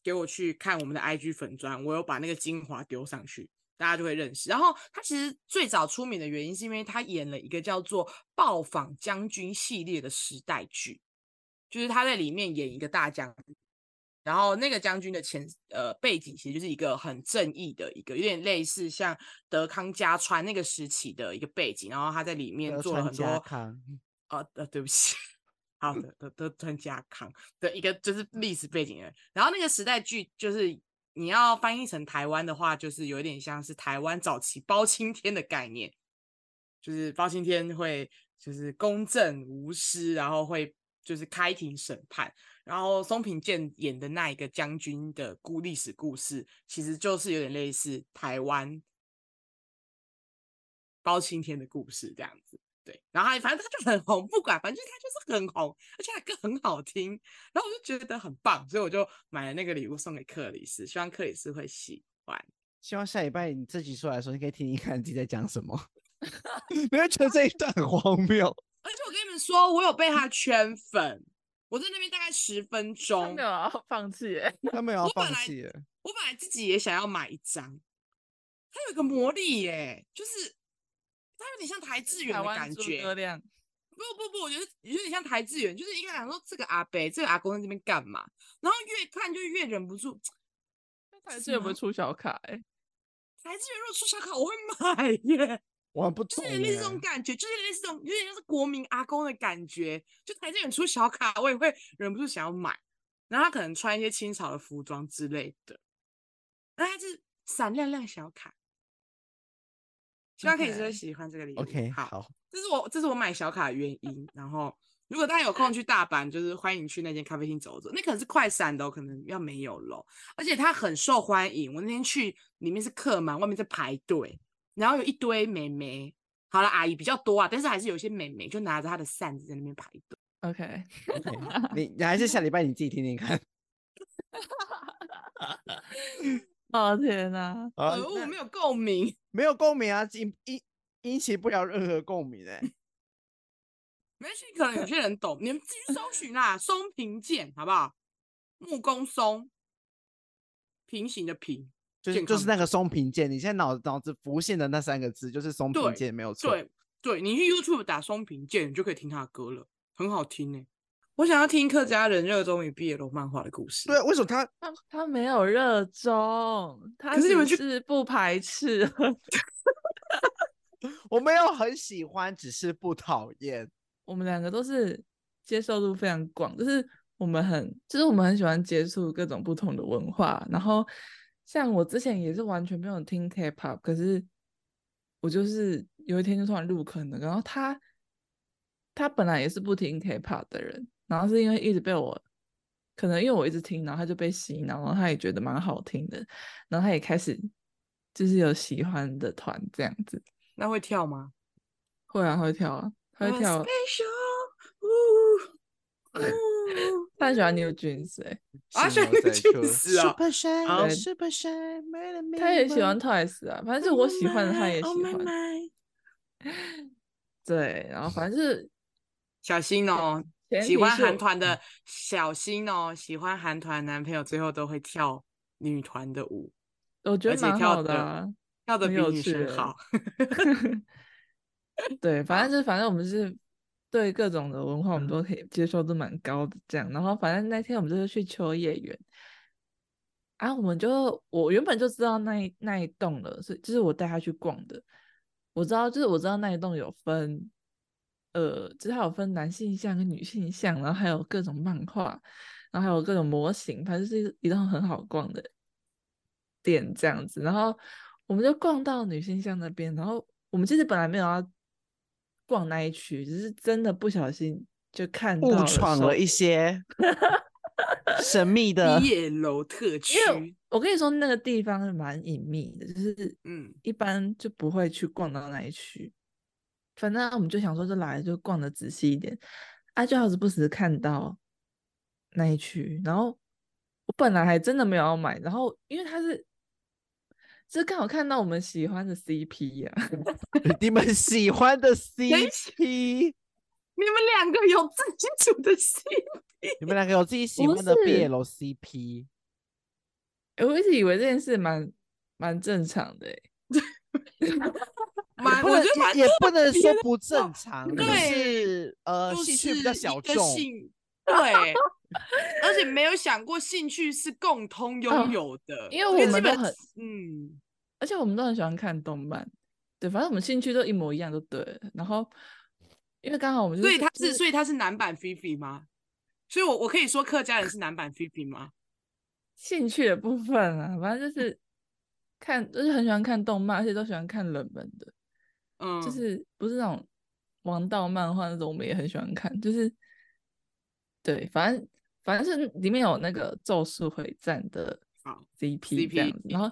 给我去看我们的 IG 粉砖，我有把那个精华丢上去。大家就会认识。然后他其实最早出名的原因是因为他演了一个叫做《暴坊将军》系列的时代剧，就是他在里面演一个大将军，然后那个将军的前呃背景其实就是一个很正义的一个，有点类似像德康家川那个时期的一个背景，然后他在里面
德
做了
川
很多
家康
啊呃，对不起， 好的的的专家康的一个就是历史背景的人。然后那个时代剧就是你要翻译成台湾的话，就是有点像是台湾早期包青天的概念，就是包青天会就是公正无私，然后会就是开庭审判。然后松平健演的那一个将军的故历史故事，其实就是有点类似台湾包青天的故事这样子。对，然后他反正他就很红，不管，反正就是他就是很红，而且他歌很好听，然后我就觉得很棒，所以我就买了那个礼物送给克里斯，希望克里斯会喜欢。
希望下礼拜你这集出来的时候，你可以听听看自己在讲什么。 你会觉得这一段很荒谬，
而且我跟你们说，我有被他圈粉，我在那边大概十分
他
钟
没，有要放弃耶，
他们也要
我本
放
来
弃了。
我本来自己也想要买一张，他有一个魔力耶、就是他有点像台志远
台
的
湾
感
诸
觉，
葛亮，
不不不，我觉得有点像台志远，就是一开始想说这个阿伯、这个阿公在这边干嘛，然后越看就越忍不住。
台
是
志远不
吗
会出小卡哎，
台志远如果出小卡，我会买耶，
我不
就是
懂
有
耶，
点类似这种感觉，就是有点类似这种，有点像是国民阿公的感觉。就台志远出小卡，我也会忍不住想要买。然后他可能穿一些清朝的服装之类的，那他是闪亮亮小卡，希望可以会
OK
喜欢这个礼物。
OK，
好，
好，
这是我这是我买小卡的原因。然后，如果大家有空去大阪，就是欢迎去那间咖啡厅走走。那可能是快闪的哦、可能要没有了。而且它很受欢迎。我那天去，里面是客满，外面在排队，然后有一堆美眉。好了，阿姨比较多啊，但是还是有些美眉就拿着她的扇子在那边排队。
，OK，
OK，你你还是下礼拜你自己听听 看。
哦天哪，
好
呃，我
啊那
没有共鸣。
没有共鸣啊，引引引起不了任何共鸣哎、
没事，可能有些人懂，你们自己去搜寻啦。松平健，好不好？木工松，平行的平，
就是
健
就是
康
那个松平健，你现在脑脑子浮现的那三个字就是松平
对
健，没有错。
对对，你去 YouTube 打松平健，你就可以听他的歌了，很好听呢、我想要听客家人热衷于 BL 漫画的故事。
对，为什么他
他他没有热衷，他
可是你
只
们去
是不排斥而已，
我没有很喜欢，只是不讨厌。
我们两个都是接受度非常广，就是我们很，就是我们很喜欢接触各种不同的文化。然后像我之前也是完全没有听 K-pop，可是我就是有一天就突然入坑了。然后他他本来也是不听 K-pop 的人，然后是因为一直被我。可能因为我一直听，然后他就被洗脑，然后他也觉得蛮好听的，然后他也开始就是有喜欢的团这样子，
那会跳吗？
会啊会跳啊，他会
呃
跳，
Special，呜
哎
呜，
他很喜欢 New Jeans 欸
啊，
喜
选
欢
那个
再
去
说
死啊！
Super shy,
好
super shy, made me
他也喜
want-
欢 Twice 啊，反正是我喜欢的，他也喜
Oh my
欢。
mind
对，然后反正是
小心哦，
前
喜
提
欢
是
韩
我嗯
团的小心哦，喜欢韩团男朋友最后都会跳女团的舞，
我觉
而
得
且
蛮
跳
好的
得
啊，
跳的
很
比
有
女
趣
生
欸
好。
对，反
啊
正就是反正我们是对各种的文化，我们都可以接受度蛮高的这样。然后反正那天我们就是去秋叶原，啊，我们就我原本就知道那一那一栋了，所以就是我带他去逛的，我知道就是我知道那一栋有分，呃，就是它有分男性向跟女性向，然后还有各种漫画，然后还有各种模型，反正就是一栋很好逛的店这样子。然后我们就逛到女性向那边，然后我们其实本来没有要逛那一区，只是真的不小心就看到
误闯
手
了一 些神秘的。
夜楼特
因为
区，
我跟你说，那个地方是蛮隐秘的，就是
嗯
一般就不会去逛到那一区。反正我们就想说，就来就逛的仔细一点，啊，就好死不死看到那一区，然后我本来还真的没有要买，然后因为它是，这刚好看到我们喜欢的 CP 呀、
你们喜欢的
一
CP，
你们两个有自己组的 戏，
你们两个有自己喜
不
欢的
是
BL CP，
我一直以为这件事蛮蛮正常的欸、
蛮
不
我
能
觉得蛮
也也不能
别
说
的哦
不正常，就
对
是呃
就
兴趣比
是
较
一
小
个
众，
兴对，而且没有想过兴趣是共通拥
嗯
有的，
因为我
基
们都
本
很
嗯，
而且我们都很喜欢看动漫，对，反正我们兴趣都一模一样，都对了。然后，因为刚好我们就
所
是
以他
就是
所以他是男版菲菲吗？所以我我可以说客家人是男版菲菲吗？
兴趣的部分啊，反正就是看，就是很喜欢看动漫，而且都喜欢看冷门的，
嗯，
就是不是那种王道漫画那种，我们也很喜欢看，就是对，反正反正是里面有那个《咒术回战》的
好
CP 这样子
CP
然后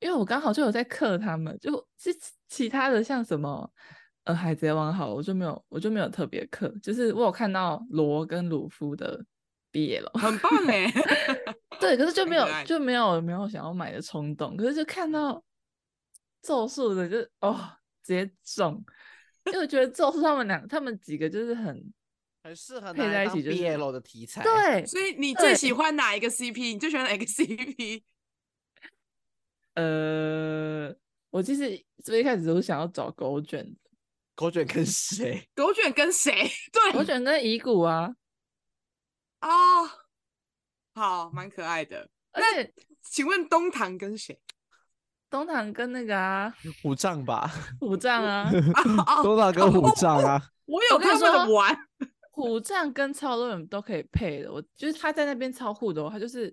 因为我刚好就有在克他们，就是其其他的像什么呃《海贼王》好，我就没有我就没有特别克，就是我有看到罗跟鲁夫的 BL。
很棒哎、
对，可是就
很
没
可
有
爱嗯
就没有没有想要买的冲动，可是就看到咒术的就哦直接中，因为我觉得咒术他们两他们几个就 是很
很适合
配
拿来
在一
当
起就是
BL 的题材。，
对，
所以你最
对
喜欢哪一个 CP？你最喜欢哪一个 CP？
呃，我其实最一开始我想要找狗卷的，
狗卷跟谁？
狗卷跟谁？ 对
狗卷跟乙骨啊，
啊、哦好，蛮可爱的。
而
那
且
请问东堂跟谁？
东堂跟那个啊
嗯
虎杖吧，
虎 杖啊，
啊哦，
多少跟虎杖啊？
我有
我跟
看
你
他们
说
玩，
虎杖跟超多人都可以配的，我就是他在那边超酷的、哦，他就是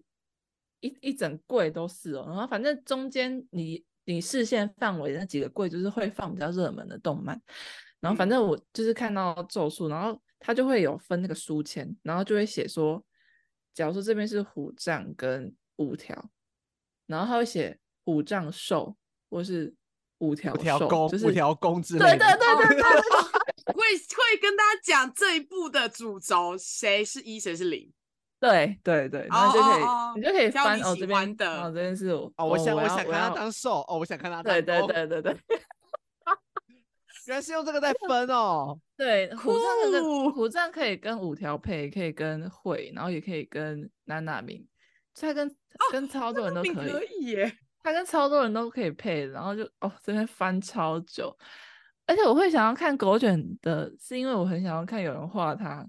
一一整柜都是哦，然后反正中间你你视线范围那几个柜就是会放比较热门的动漫，然后反
嗯
正我就是看到咒术，然后他就会有分那个书签，然后就会写说，假如说这边是虎杖跟五条，然后他会写虎杖兽或是五条
五条
兽
公，
哦就是
五条公之
对
类
对
的。哦
对对对，
哦 会会跟大家讲这一部的主轴，谁是一，谁是零。
对对对，然后就
哦
可以，
哦
你就可以
挑
翻
你
哦
喜
这
欢
边
的
哦这边是我
哦，我想
我
我
要
想看他
要
当兽，哦，我想看他当
对对
公，
对对 对
原来是用这个在分 哦。
对，虎杖可以
酷
跟虎杖可以跟五条配，可以跟会，然后也可以跟娜娜明，所以他跟
哦
跟超多人都
并
可
可
以，
以耶，
他跟超多人都可以配，然后就哦这边翻超久，而且我会想要看狗卷的，是因为我很想要看有人画他，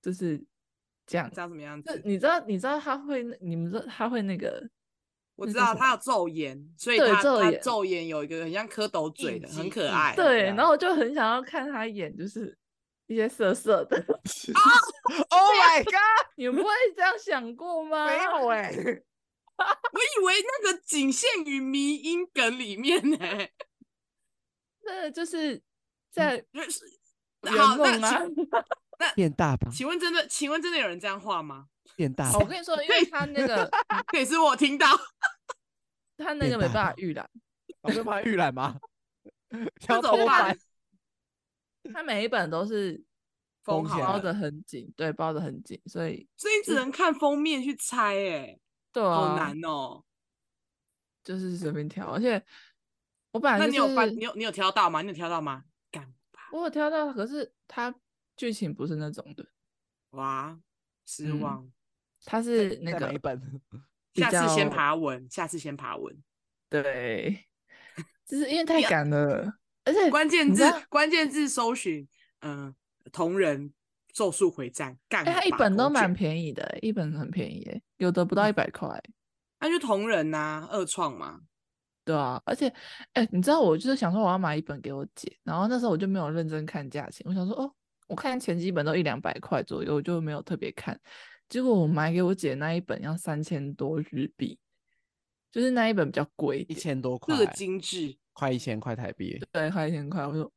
就是这样。
长什么样
就
子？
你知道，你知道他会那，你们知道他会那个
我
那
知
叫
道
什
他
么
有皱眼，所以
对
他
皱
他
眼
皱眼有一个很像蝌蚪嘴
印
的，很
记
可
印
爱。
记
对，
样
然后我就很想要看他演，就是一些色色的。
Oh my god！
你们不会这样想过吗？
没 有哎，
我以为那个仅限于迷音梗里面呢、
那就是在
就是
圆
好，那
梦啊
请。
变大吧，
请问真的，请问真的有人这样画吗？
变大
哦我跟你说，因为他那个
可以是我听到，
他那
变
个没
大
办
吧
法预览，
我跟怕预览 吗？
那
要
怎么
偷
办
拍？？
他每一本都是
封
封
好
起来
包
了，
的很紧，对，包的很紧，所以
所以你只能看封面去猜、欸，
对
哎，好
啊，
难哦。
就是随便挑。而且我本来
那
啊就
你有翻，
是
你有你有挑到吗？你有挑到吗？干吧，
我有挑到，可是他剧情不是那种的，
哇，失
嗯
望。
他是那
再买
个
一本，
比
下次先
较
爬文，下次先爬文。
对，就是因为太
要
赶了，而且
关键
你知
字
道
关键字搜寻，嗯、同人咒术回战干
哎、
吧。
它一本都
狗
蛮
卷，嗯
便宜的欸，一本很便宜耶，有的不到一百块。
那就同人呐、二创嘛。
对啊，而且，哎、你知道我就是想说我要买一本给我姐，然后那时候我就没有认真看价钱，我想说哦，我看前几本都一两百块左右，我就没有特别看。结果我买给我姐那一本要三千多日币，就是那一本比较贵一
一
点，
千多块
这，个精致，
快一千块台币。
对，快一千块。我说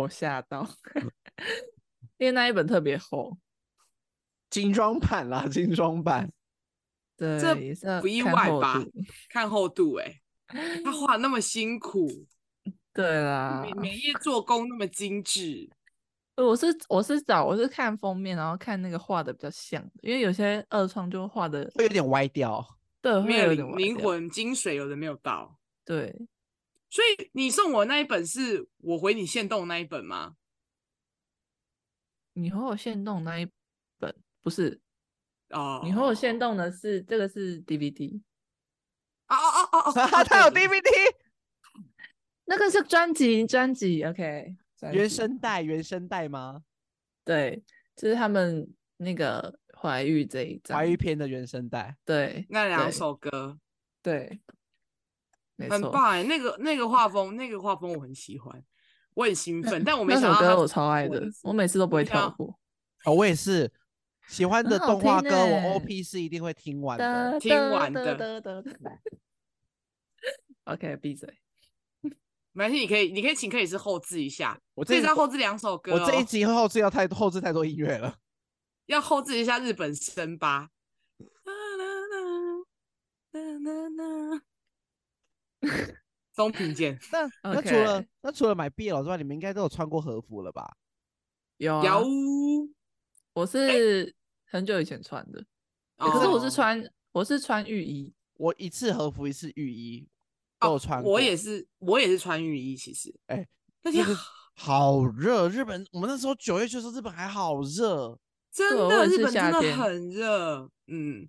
哇，吓到，
嗯
因为那一本特别厚，
精装版啦，精装 版。
对，
这
也是要
不意
看
外
厚
吧
度？
看厚度、 欸，哎，他画得那么辛苦，
对啦，
每每页做工那么精致，
我是我是找我是看封面，然后看那个画的比较像的，因为有些二创就画的
会有点歪掉。
对
没
会
有
有
灵
点歪
灵
掉
魂精髓，有的没有到。
对，
所以你送我那一本是我回你现动那一本吗？
你和我现动那一本不是，
哦，
你和我现
动
动的是这个是 DVD，
哦哦哦哦，
他有
对对
DVD，
那个是专辑，专辑，OK，专
原
辑
声带，原声带吗？
对，就是他们那个怀玉这一张，
华语片的原声带，
对
那两
对
首歌
对，没
很
错，
棒哎、那个那个画风，那个画风我很喜欢，我很兴奋，但我没
那
想
首
到它
歌
是
我超爱
文
的，
字
我每次都不
我
会
想要
跳过。
哦，我也是喜欢的
很好
动画
听
歌，
欸
我 OP 是一定会听完的。
哒
听
哒
完
哒
的
哒哒哒 OK，闭嘴。
没关系，你可以，你可以请克里斯后置一下，
我
克
这
里
一
斯要后置两首歌、哦，
我这一集后置要太后置太多音乐了。
要后置一下日本声吧。 中平健
那 那除了
OK
那除了买 BL 之外，你们应该都有穿过和服了吧？
有
摇
啊，
屋，
我是很久以前穿的，欸可是我
哦
是穿我是穿浴衣，
我一次和服一次浴衣
哦
都有穿过。
我也是，我也是穿浴衣，其实，
欸
哎
那
那
天
个好热，日本我们那时候九月去的时候，日本还好热。
真
对
的
我也
日
是
本真
夏
的
天
很热，嗯，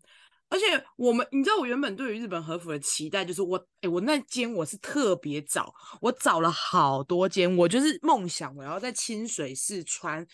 而且我们，你知道我原本对于日本和服的期待就是我，哎、我那间我是特别找，我找了好多间，我就是梦想我要在清水寺穿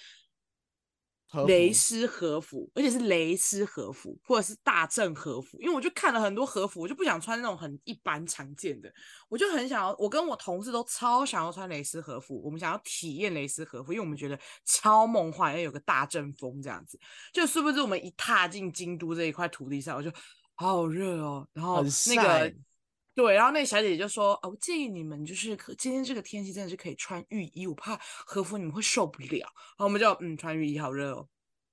和
蕾
服
丝和服，而且是蕾丝和服或者是大正和服，因为我就看了很多和服，我就不想穿那种很一般常见的，我就很想要，我跟我同事都超想要穿蕾丝和服，我们想要体验蕾丝和服，因为我们觉得超梦幻，要有个大阵风这样子，就是不知我们一踏进京都这一块土地上，我就好热哦，然后
很
那个
晒。
对，然后那个小姐姐就说：“哦，我建议你们就是可今天这个天气真的是可以穿浴衣，我怕和服你们会受不了。”然后我们就嗯穿浴衣好热哦，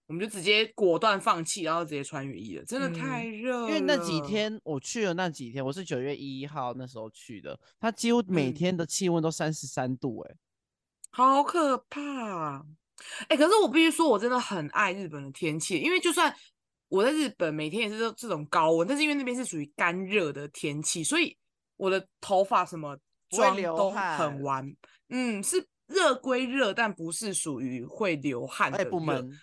我们就直接果断放弃，然后直接穿浴衣了，真的
嗯
太热了。
因为那几天我去了那几天，我是九月一号那时候去的，它几乎每
嗯
天的气温都三十三度、欸，
好可怕！哎、可是我必须说，我真的很爱日本的天气，因为就算我在日本每天也是这这种高温，但是因为那边是属于干热的天气，所以我的头发什么
不会
妆
流
都
汗
很完。嗯，是热归热，但不是属于会流汗
哎、
的
不
热
闷。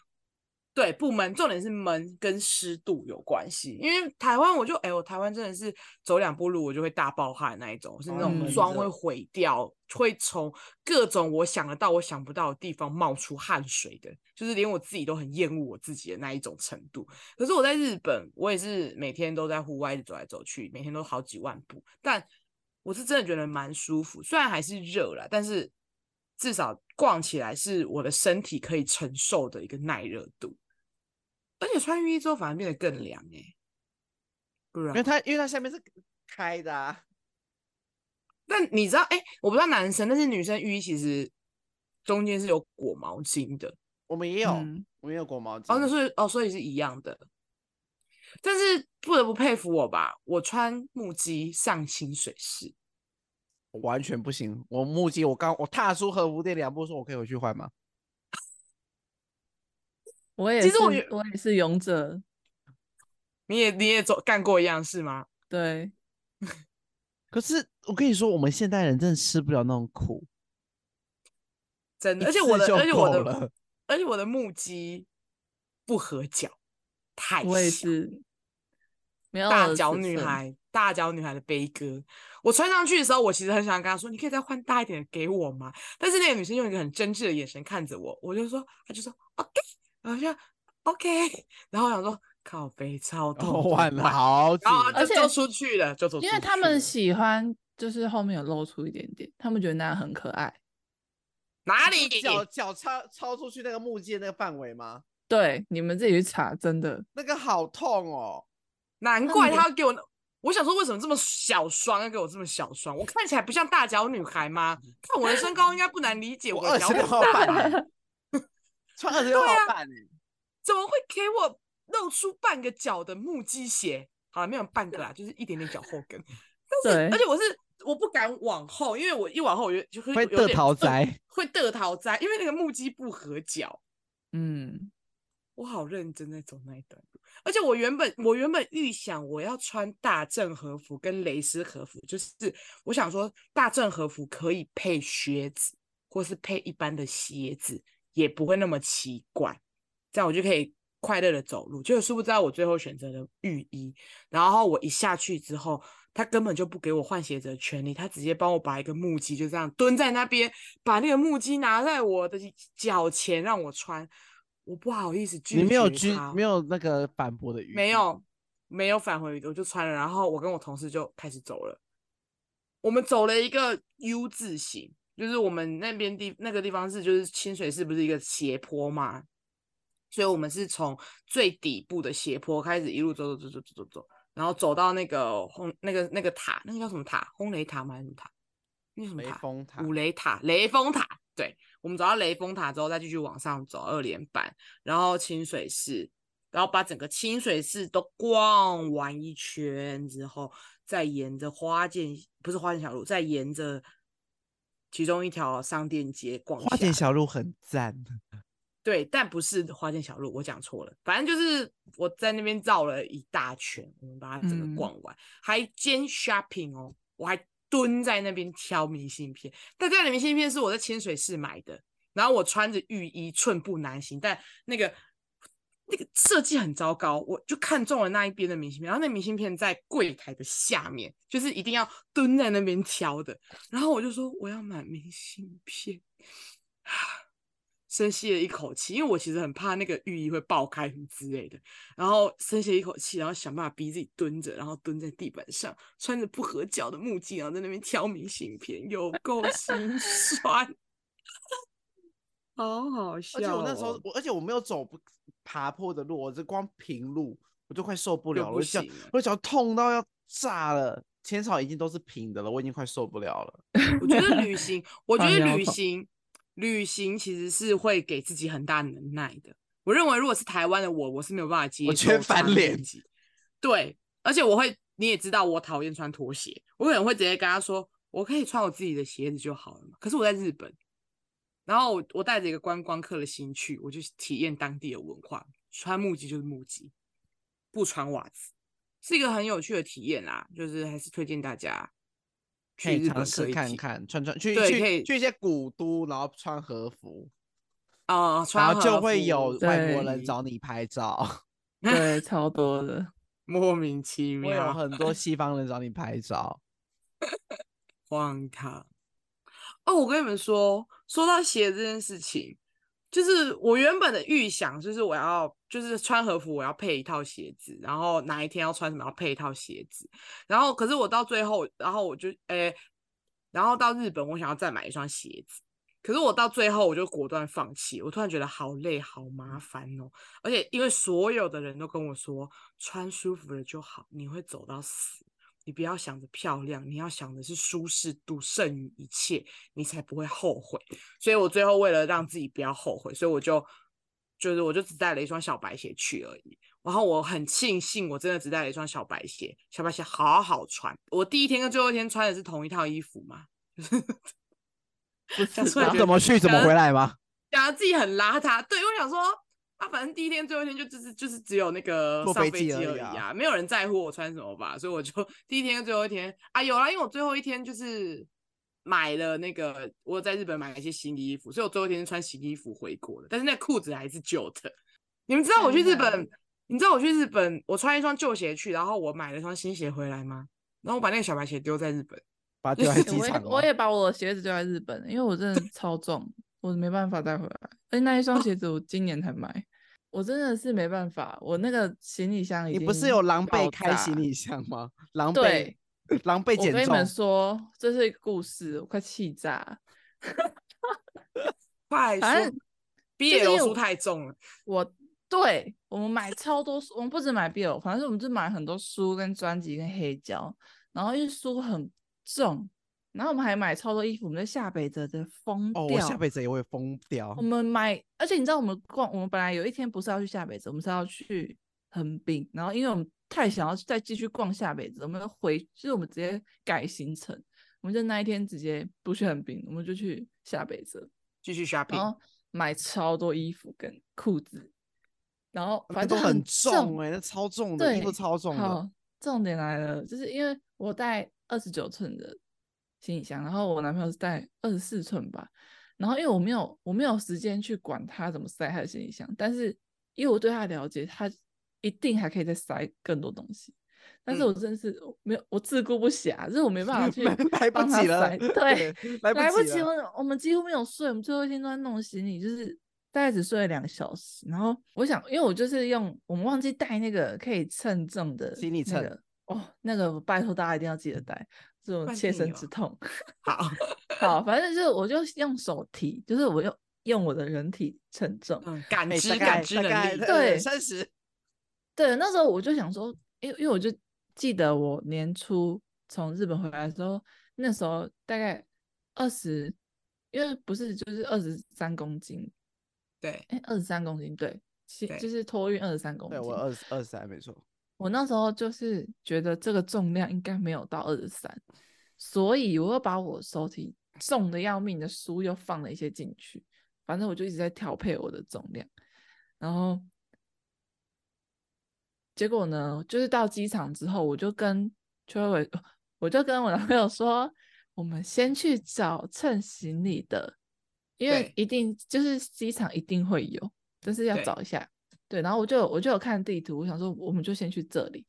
对，不闷，重点是闷跟湿度有关系。因为台湾，我就哎、我台湾真的是走两步路我就会大爆汗那一种，是
哦
那种
闷
妆
热
嗯会毁掉，会从各种我想得到、我想不到的地方冒出汗水的，就是连我自己都很厌恶我自己的那一种程度。可是我在日本，我也是每天都在户外一直走来走去，每天都好几万步，但我是真的觉得蛮舒服。虽然还是热啦，但是至少逛起来是我的身体可以承受的一个耐热度。而且穿浴衣之后反而变得更凉哎、不
因为
然，
它因为它下面是开的、啊，
但你知道哎、我不知道男生，但是女生浴衣其实中间是有裹毛巾的，
我们也有，
嗯
我们也有裹毛巾。
哦，那是哦，所以是一样的。但是不得不佩服我吧，我穿木屐上清水寺，
我完全不行。我目击我刚我踏出和服店两步，说我可以回去换吗？
我也
其
是
实我原
我也是勇者，
你也你也走干过一样事吗？
对，
可是我跟你说，我们现代人真的吃不了那种苦，
真的，
一
而且我
次
的
就
而且我
够了
的而且我的木屐不合脚，太
我也
小
是
嗯
没有
大
尺
脚女
寸，
孩，大脚女孩的悲歌。我穿上去的时候，我其实很想跟她说：“你可以再换大一点的给我吗？”但是那个女生用一个很真挚的眼神看着我，我就说，她就说 “OK”，然后就 “OK”，然后我想说靠背超
然后
痛 怎么
换哦了
办
好哦几
哦然后
年。
而
就就
且
出去了，就走出去
因
了。
为他们喜欢就是后面有露出一点点，他们觉得那样很可爱。
哪
你
里
说脚脚超超出去那个木屐的那个范围吗？
对，你们自己去查，真的。
那个好痛哦！
难
那
怪
你
她要给我那。我想说，为什么这么小双要给我这么小双？我看起来不像大脚女孩吗？看我的身高应该不难理解，
我
我
二
的脚
十
很
六号
大啊
半欸，穿二十六号半欸
怎么会给我露出半个脚的木屐鞋？好了，没有半个啦，就是一点点脚后跟。 但是，而
对
且我是我不敢往后，因为我一往后我就就会
会
有
得
点
桃
呃
灾
会得桃灾，因为那个木屐不合脚。
嗯，
我好认真在走那一段路，而且我原本我原本预想我要穿大正和服跟蕾丝和服，就是我想说大正和服可以配靴子，或是配一般的鞋子，也不会那么奇怪，这样我就可以快乐的走路。结果殊不知道我最后选择了浴衣，然后我一下去之后，他根本就不给我换鞋子的权利，他直接帮我把一个木屐就这样蹲在那边，把那个木屐拿在我的脚前让我穿，我不好意思拒绝
你没有
拒
居没有那个反驳的余地，
没有没有返回，我就穿了，然后我跟我同事就开始走了，我们走了一个 U 字形，就是我们那边地那个地方是就是清水寺不是一个斜坡嘛，所以我们是从最底部的斜坡开始一路走走走走走走走，然后走到那个轰那个那个塔，那个叫什么塔？轰雷塔吗？还是什么塔？那叫什么
雷
塔？
峰塔
五雷塔、雷峰塔，对，我们走到雷峰塔之后，再继续往上走二连板，然后清水寺，然后把整个清水寺都逛完一圈之后，再沿着花见不是花见小路，再沿着其中一条商店街逛
花
下
田
来
小路很赞，
对，但不是花间小路，我讲错了。反正就是我在那边绕了一大圈，我们把它整
嗯
个逛完，还兼 shopping 哦，我还蹲在那边挑明信片。但这样的明信片是我在清水市买的，然后我穿着浴衣寸步难行，但那个那个设计很糟糕，我就看中了那一边的明信片，然后那明信片在柜台的下面，就是一定要蹲在那边挑的。然后我就说我要买明信片，啊深吸了一口气，因为我其实很怕那个浴衣会爆开什么之类的。然后深吸一口气，然后想办法逼自己蹲着，然后蹲在地板上，穿着不合脚的木屐，然后在那边挑明信片，有够心酸， 好好笑、
而且我那时
哦
候，我而且我没有走不爬坡的路，我是光平路，我就快受不
就
了了，
不
我脚
行啊了
我脚痛到要炸了，前草已经都是平的了，我已经快受不了了。
我觉得旅行，我觉
放
得
疗
旅
法
行，旅行其实是会给自己很大能耐的。我认为如果是台湾的我，我是没有办法接受
我觉得翻
穿
脸
拖鞋。对，而且我会，你也知道，我讨厌穿拖鞋，我可能会直接跟他说，我可以穿我自己的鞋子就好了嘛。可是我在日本，然后我我带着一个观光客的心去，我就体验当地的文化，穿木屐就是木屐，不穿袜子，是一个很有趣的体验啦。就是还是推荐大家
可
去
以
日
尝
本
试
可以
看
体
看，穿穿去
对可
去
以
去一些古都，然后穿和服，
啊、
然
穿
后就
和
会
服
有外国
对
人找你拍照，
对，超多的。
莫名其
会有
妙
很多西方人找你拍 照。
荒唐。哦，我跟你们说，说到鞋这件事情，就是我原本的预想就是我要就是穿和服，我要配一套鞋子，然后哪一天要穿什么要配一套鞋子，然后可是我到最后，然后我就诶、然后到日本我想要再买一双鞋子，可是我到最后我就果断放弃，我突然觉得好累好麻烦哦，而且因为所有的人都跟我说穿舒服了就好，你会走到死。你不要想着漂亮，你要想的是舒适度胜于一切，你才不会后悔。所以我最后为了让自己不要后悔，所以我就就是我就只带了一双小白鞋去而已。然后我很庆幸，我真的只带了一双小白鞋，小白鞋好好穿。我第一天跟最后一天穿的是同一套衣服嘛，
不
想
是
出来
吧
觉
怎么去怎么
想
回来吗？
讲得自己很邋遢。对我想说啊，反正第一天、最后一天就就是就是只有那个
坐
上
飞
飞
机
机
而
而
已
已
啊
啊，没有人在乎我穿什么吧，所以我就第一天跟最后一天啊有啦，因为我最后一天就是买了那个我有在日本买了一些新的衣服，所以我最后一天是穿新衣服回国的，但是那裤子还是旧的。你们知道我去
天
日
哪
本，你知道我去日本，我穿一双旧鞋去，然后我买了一双新鞋回来吗？然后我把那个小白鞋丢在日本，
把它丢在
欸
机
我也
场
我
吗
也把我的鞋子丢在日本了，因为我真的超重，我没办法带回来。而且那一双鞋子我今年才买，我真的是没办法，我那个行李箱已
你
经
不是有狼狈
爆
开行
炸？
李箱吗？狼狈
对，
狼狈
我
减
跟你
重
们。说，这是一个故事，我快气炸了。
快
反
说
正
毕
就是
业
因
楼
为
书
我
太重了，
我对我们买超多书，我们不止买 BL，反正我们就买很多书、跟专辑、跟黑胶。然后因为书很重，然后我们还买超多衣服，我们就下北泽的疯
哦，我
掉。
下辈子也会疯掉
我。们买，而且你知道我们逛，我们本来有一天不是要去下北泽，我们是要去横滨，然后因为我们太想要再继续逛下北泽，我们回，就是我们直接改行程，我们就那一天直接不去横滨，我们就去下北泽，
继续
然
shopping。
后买超多衣服跟裤子，然后
啊那
反
都
正
很
重
重哎，那超重的，
对，
衣服超重的。
好，重点来了，就是因为我带二十九寸的行李箱，然后我男朋友是带二十四寸吧，然后因为我没有我没有时间去管他怎么塞他的行李箱，但是因为我对他的了解，他一定还可以再塞更多东西，但
嗯
是我真是我没有，我自顾不暇，就是我 没办法去
来来不
帮他
及了，
塞对，，
来
来
不
及，
了
我们我们几乎没有睡，我们最后一天都在弄行李，就是大概只睡了两个小时。然后我想，因为我就是用我们忘记带那个可以称重的
行李
那
秤
个哦，那个拜托大家一定要记得带，这种
关
切
心你
身
哦
之痛。
好，
好，反正就是我就用手提，就是我用用我的人体称重。
嗯，感
哎
知
大
感
概
知
大
能
概
力，
对
三十，
对，那时候我就想说，因为因为我就记得我年初从日本回来的时候，那时候大概二十，因为不是就是二十三公斤，
对，
哎，二十三公斤，对，其
对
就是托运二十三公
对
斤。
我二十二三没错，
我那时候就是觉得这个重量应该没有到二十三，所以我又把我手提重的要命的书又放了一些进去，反正我就一直在调配我的重量，然后结果呢，就是到机场之后，我就跟邱伟， 我就跟我男朋友说，我们先去找称行李的，因为
对
一定就是机场一定会有，但是要
对
找一下。对，然后我就我就有看地图，我想说我们就先去这里。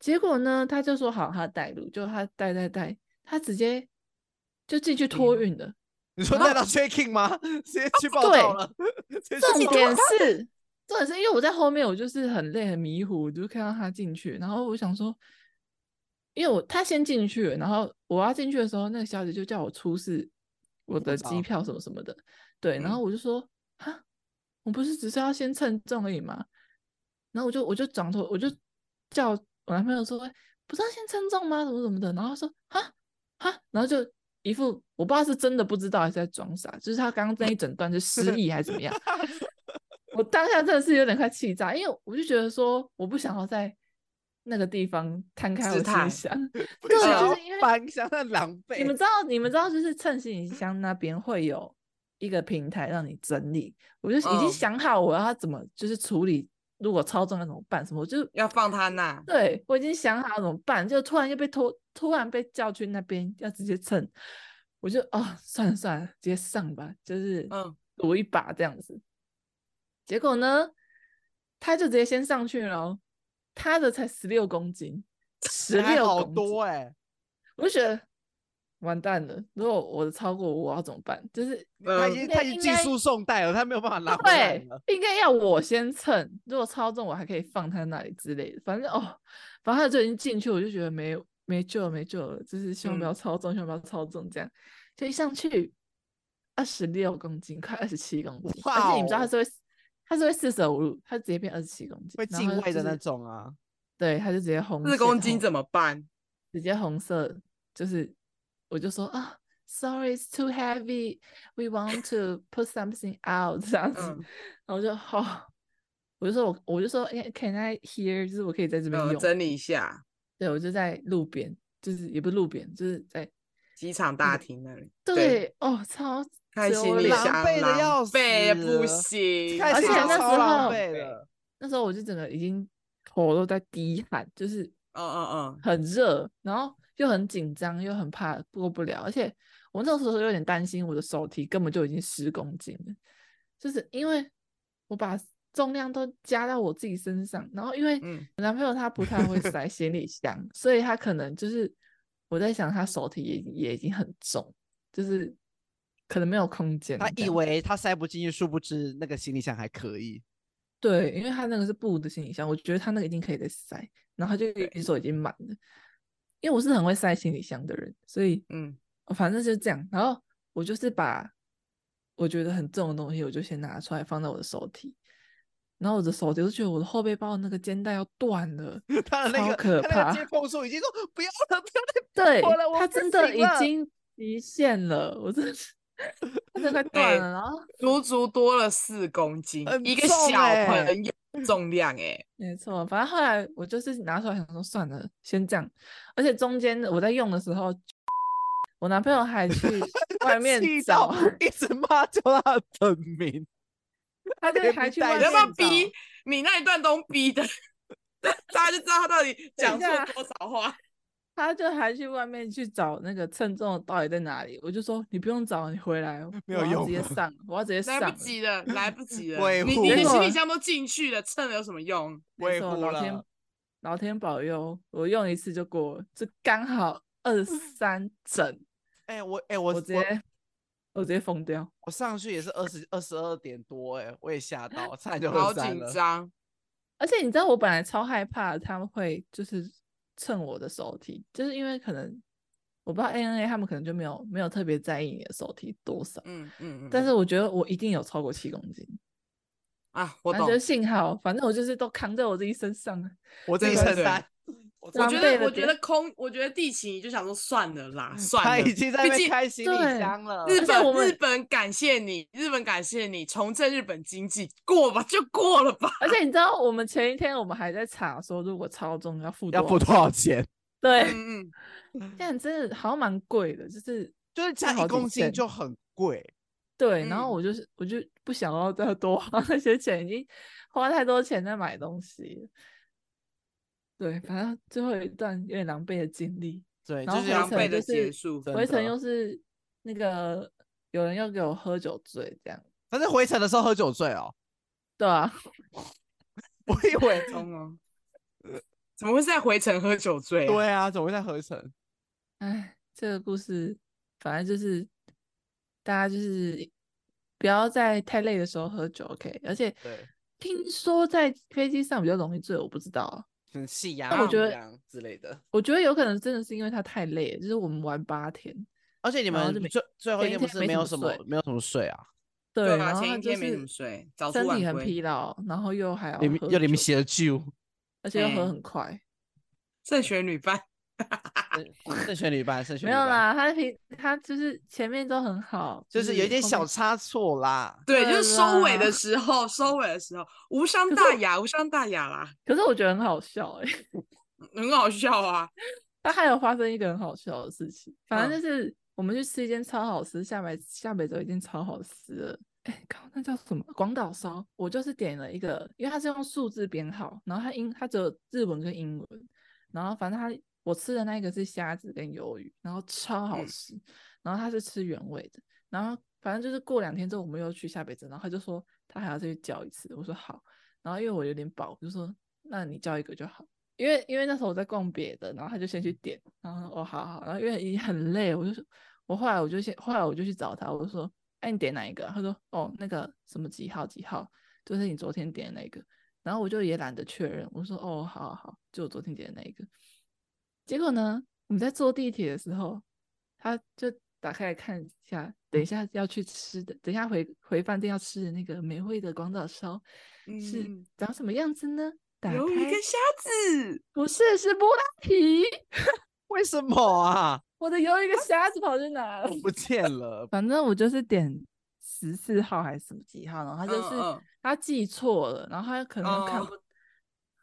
结果呢，他就说好，他带路，就他带带带，他直接就进去托运了。
你说带到 checking 吗？直接去报
哦对
道了，直接
重
去报
点是，重点是因为我在后面，我就是很累很迷糊，我就看到他进去，然后我想说，因为我他先进去了，然后我要进去的时候，那个小姐就叫我出示我
护
的
照
机票什么什么的，对，然
嗯
后我就说，啊，我不是只是要先称重而已吗？然后我就我就转头，我就叫我男朋友说，欸不是要先称重吗？怎么怎么的？然后他说，啊哈，然后就一副我不知道是真的不知道还是在装傻，就是他刚刚那一整段就失忆还是怎么样。我当下真的是有点快气炸，因为我就觉得说我不想要在那个地方摊开
姿
我的行
态
李箱，
不
对
想
就
要
是因为
搬哦箱那狼狈，
你们知道你们知道就是趁行李箱那边会有一个平台让你整理，我就已经
嗯
想好我要怎么就是处理，如果超重要怎么办什么，我就
要放他那，
对，我已经想好怎么办，就突然又被拖，突然被叫去那边要直接蹭，我就哦，算了算了，直接上吧，就是
嗯
赌一把这样子。结果呢，他就直接先上去了哦，他的才十六公斤，十
还
六
好
公斤，
多哎，
我就觉得完蛋了，如果我的超过我要怎么办？就是
他
呃
已，经
那
他已经
嗯应
技
该
术送带了，他没有办法拉回来
对
了。，
应该要我先称，如果超重我还可以放他那里之类的。反正哦，反正他就已经进去，我就觉得没有没救了，没救了，就是希望不要
嗯
超重，希望不要超重这样。就一上去，二十六公斤，快二十七公斤，而且你们知道
哇
他
哦
是会，他是会四舍五入，他直接变二十七公斤，
会
然
敬
后
畏
就
的那
是，
种啊，
对，他就直接红
嗯四
线
公斤
红
怎么办？
直接红色，就是我就说啊，sorry it's too heavy, we want to put something out 这样子，
嗯
然后我就好、我就说我我就说哎，can I hear？就是我可以在这边
呃，
用，
整理一下
对我就在路边，就是也不是路边，就是在
机场大厅那里，
对
嗯对
哦超
开
折
行
了
李
狼
箱，
狈得要
背
死
不
了
行，
看
而
起
且
来
那
超
时
狼
候
狈
对
了，
那时候我就整个已经头都在滴汗，就是
嗯嗯嗯，
很热，然后又很紧张，又很怕过不了，而且我那时候有点担心我的手提根本就已经十公斤了，就是因为我把重量都加到我自己身上，然后因为
嗯
我男朋友他不太 会塞行李箱，所以他可能就是我在想他手提也也已经很重，就是可能没有空间这
他
样。
以为他塞不进去，殊不知那个行李箱还可以。
对，因为他那个是布的行李箱，我觉得他那个一定可以再塞，然后他就一手已经满了。因为我是很会塞行李箱的人，所以
嗯，
哦反正就是这样。然后我就是把我觉得很重的东西，我就先拿出来放在我的手提，然后我的手提我就觉得我的后背包的那个肩带要断了，
他的那
超
个
可
他那个接
怕
碰数已 经说不要了，不要再
对
我了我
它
不
真的
行
已
了
经极限了，我真的是它真的快
哎
断了。然后
足足多了四公斤，
很
一个
重
小
欸
朋友的重量 哎，
没错，反正后来我就是拿出来想说算了，先这样。而且中间我在用的时候，我男朋友还去 外面
气
找
到，一直骂叫他的本名，
他就
也
还
不
去
带
外
你
面
要不要
找
逼？你那一段都逼的， 大家就知道他到底讲
等一
错
下
多少话。
他就还去外面去找那个称重的到底在哪里。我就说你不用找，你回来，
没有
我要
用
直接
了
上，我要直接上
来
了。
不及了，来不及了！
维
你
护
你的
结
行
果
李箱都进去了，秤了有什么用？
没
维
错，
护
老天
了
老天保佑，我用一次就过了，就刚好二十三整，
哎、我哎、我
我直接我直接疯掉。
我上去也是二十二十二点多、哎，我也吓到，差点就
好
二三
紧
了。
张。
而且你知道，我本来超害怕他们会就是蹭我的手提，就是因为可能我不知道 ANA 他们可能就没有没有特别在意你的手提多少，
嗯嗯嗯。
但是我觉得我一定有超过七公斤。
啊，我
反
懂
正就。是幸好，反正我就是都扛在我自己身上啊了。
我自
对
己
对
承
对
担。我
我
狼
觉
狈
得，
了
我觉
点
得空，我觉得地勤就想说算了啦，算
他
了。
已经在那
毕
边
竟
开行
对
李箱了。
日
嗯且
本
我们
日本感谢你，日本感谢你，重振日本经济，过吧就过了吧。
而且你知道，我们前一天我们还在查说，如果超重要付
要付
少
多少钱？
对，
嗯嗯，
但真的好像蛮贵的，就是
就是
要
加
好
一
几
公斤
千
就很贵。
对，然后
嗯
我就是我就不想要再多花那些钱，已经花太多钱在买东西了。对，反正最后一段有点狼狈的经历，
对，
然
就
后
是
回
要
狼
程
狈
就
的结
是
束。
真
回程
的
又是那个有人要给我喝酒醉这样，
但是回程的时候喝酒醉哦，
对啊，
我以为
中哦，怎么会是在回程喝酒醉、啊？
对啊，怎么会在合成？
哎，这个故事反正就是大家就是不要在太累的时候喝酒，OK？而且
对
听说在飞机上比较容易醉，我不知道啊。
嗯，夕阳、
但我
太
觉得
阳之类的。
我觉得有可能真的是因为他太累了，就是我们玩八天，
而且你
然后
们
就没
最最后一
前一
天不
天
是
没
没
怎
有
么
什么
睡
没有什么睡啊？
对，
啊
然后
前
他
一
就
天没
是
怎么睡，早出
身
晚
体很
归
疲劳，然后又还要
你们
喝
有你们
酒
写的 酒，
而且又喝
哎
很快。
正选女伴，
圣选旅伴，圣选
没
旅
有
伴，
啦，他平他就是前面都很好，
就是有一点
后
小
面
差错啦。
对，就
对
是收尾
啦
的时候，收尾的时候无伤大雅，无伤大雅啦，
可是我觉得很好笑哎、
很好笑啊。
但还有发生一个很好笑的事情，反正
嗯
就是我们去吃一间超好吃，下北下北泽一间超好吃的，哎靠，那叫什么广岛烧？我就是点了一个，因为它是用数字编号，然后它英它只有日文跟英文，然后反正它我吃的那个是虾子跟鱿鱼，然后超好
嗯
吃，然后它是吃原味的，然后反正就是过两天之后我们又去下北泽，然后他就说他还要再去叫一次，我说好，然后因为我有点饱，我就说那你叫一个就好。因为因为那时候我在逛别的，然后他就先去点，然后哦好好，然后因为已经很累，我就说，我后来我就先后来我就去找他，我就说，哎你点哪一个？他说哦那个什么几号几号，就是你昨天点的那个，然后我就也懒得确认，我说哦好好好，就我昨天点的那一个。结果呢，我们在坐地铁的时候，他就打开来看一下，等一下要去吃的，等一下回回饭店要吃的那个美味的广岛烧是
嗯
长什么样子呢？打开
鱿鱼跟虾子，
不是，是布拉提。
为什么啊？
我的鱿鱼跟虾子跑去哪了？，
不见了
反正我就是点十四号还是什么几号，然后他啊就是、
嗯嗯
他记错了，然后他可能看
哦
不，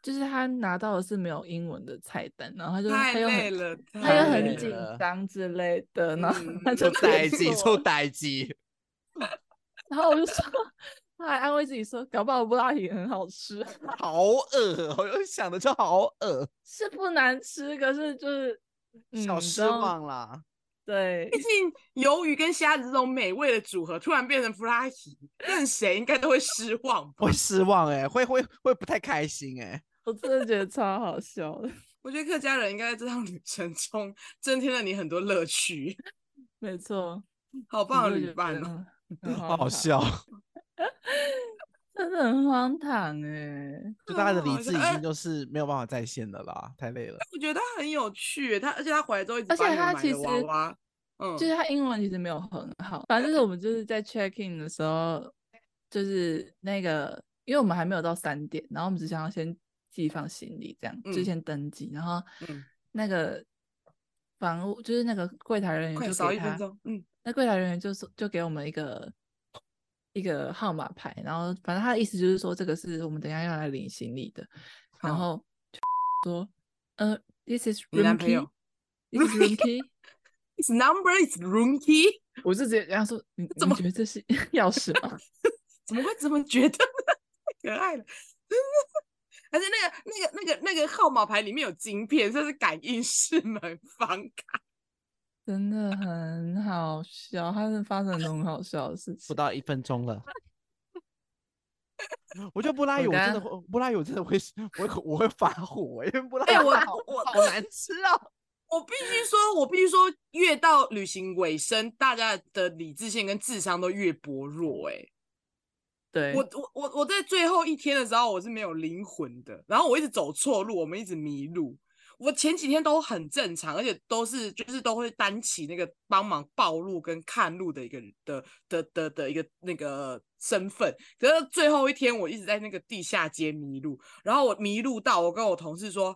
就是他拿到的是没有英文的菜单，然后他就
太
他又
累
很
了，
他又
太
很
累
紧
了
张之类的，然后
嗯
他
出
就
代
记
机，
错
出
了
代机。
然后我就说，他还安慰自己说，搞不好布拉提很好吃，
好恶，我又想的就好恶，
是不难吃，可是就是、嗯、
小
你知
失
道
望啦。
对，
毕竟鱿鱼跟虾子这种美味的组合，突然变成弗拉提，任谁应该都会失望吧。
会失望哎、会会会不太开心哎、
我真的觉得超好笑的。
我觉得客家人应该在这趟旅程中增添了你很多乐趣，
没错，
好
我
棒的
就
旅
觉
伴
得
哦！
很
好好
荒唐，
笑，
真的很荒唐哎、
就大家的
好
理
好
智
笑
已
哎
经就是没有办法在线的啦，太累了。
我觉得他很有趣耶，他而且他回来之后一直
而且
把你们
他
买
其
的娃
实
娃，嗯，
就是他英文其实没有很好，反正就是我们就是在 check in 的时候，就是那个，因为我们还没有到三点，然后我们只想要先寄放行李，这样就
嗯
先登记，然后
嗯
那个房务就是那个柜台人员
快
就
少
给
一分
他，
钟，嗯，
那柜台人员就说就给我们一个一个号码牌，然后反正他的意思就是说这个是我们等一下要来领行李的，然
好
后就说呃，this is
你男朋
room key，this
友
is room key。
，His number is room key，
我就直接跟他说：“你
怎
你
么
觉得这是钥匙吗
怎么会这么觉得呢？ 太可爱了，而且那个那个那个那个号码牌里面有晶片，这是感应式门房卡，？”
真的很好笑，他是发生很多很好笑的事
不
情。
到一分钟了，我觉得布拉
我
油我真的
刚
会，布拉油真的会， 我会我会发火、因为布拉
哎、
油
我
好
我
好难吃哦。
我必须说，我必须说，越到旅行尾声，大家的理智线跟智商都越薄弱、欸。
对，
我我我我在最后一天的时候，我是没有灵魂的，然后我一直走错路，我们一直迷路。我前几天都很正常，而且都是就是都会担起那个帮忙报路跟看路的一个的的的的一个那个身份。可是最后一天，我一直在那个地下街迷路，然后我迷路到我跟我同事说，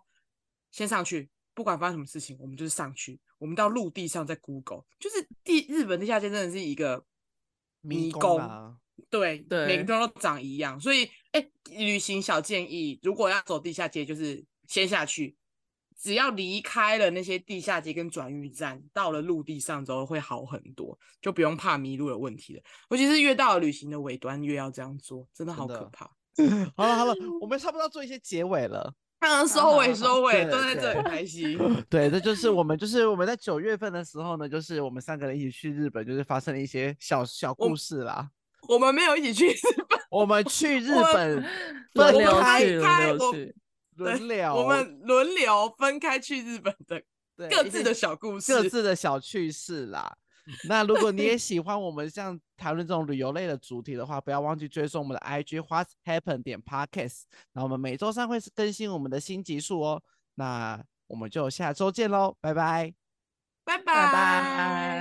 先上去，不管发生什么事情，我们就是上去，我们到陆地上再 Google。就是地日本地下街真的是一个 迷宫
啊，
对每个
对
地方都长一样，所以哎、旅行小建议，如果要走地下街，就是先下去，只要离开了那些地下街跟转运站，到了陆地上之后会好很多，就不用怕迷路的问题了。尤其是越到了旅行的尾端，越要这样做，真的好
真
可
的
怕。
好了好了，我们差不多要做一些结尾 了。
嗯，收
好
尾
好
收尾，
对
都在这
对
里 开心。
对，这就是我们，就是我们在九月份的时候呢，就是我们三个人一起去日本，就是发生了一些小小
我
故事啦。
我们没有一 起去日本，
我们去日
我
本
轮
分
流
开
去，
开
轮流
我
去，
轮流，
我们轮流分开去日本的
对
各
一
自
些
的小故事。
各自的小趣事 啦。那如果你也喜欢我们像谈论这种旅游类的主题的话，不要忘记追踪我们的 IG What's Happen 点 Podcast。那我们每周三会更新我们的新集数哦。那我们就下周见喽，拜拜。
拜拜
拜拜。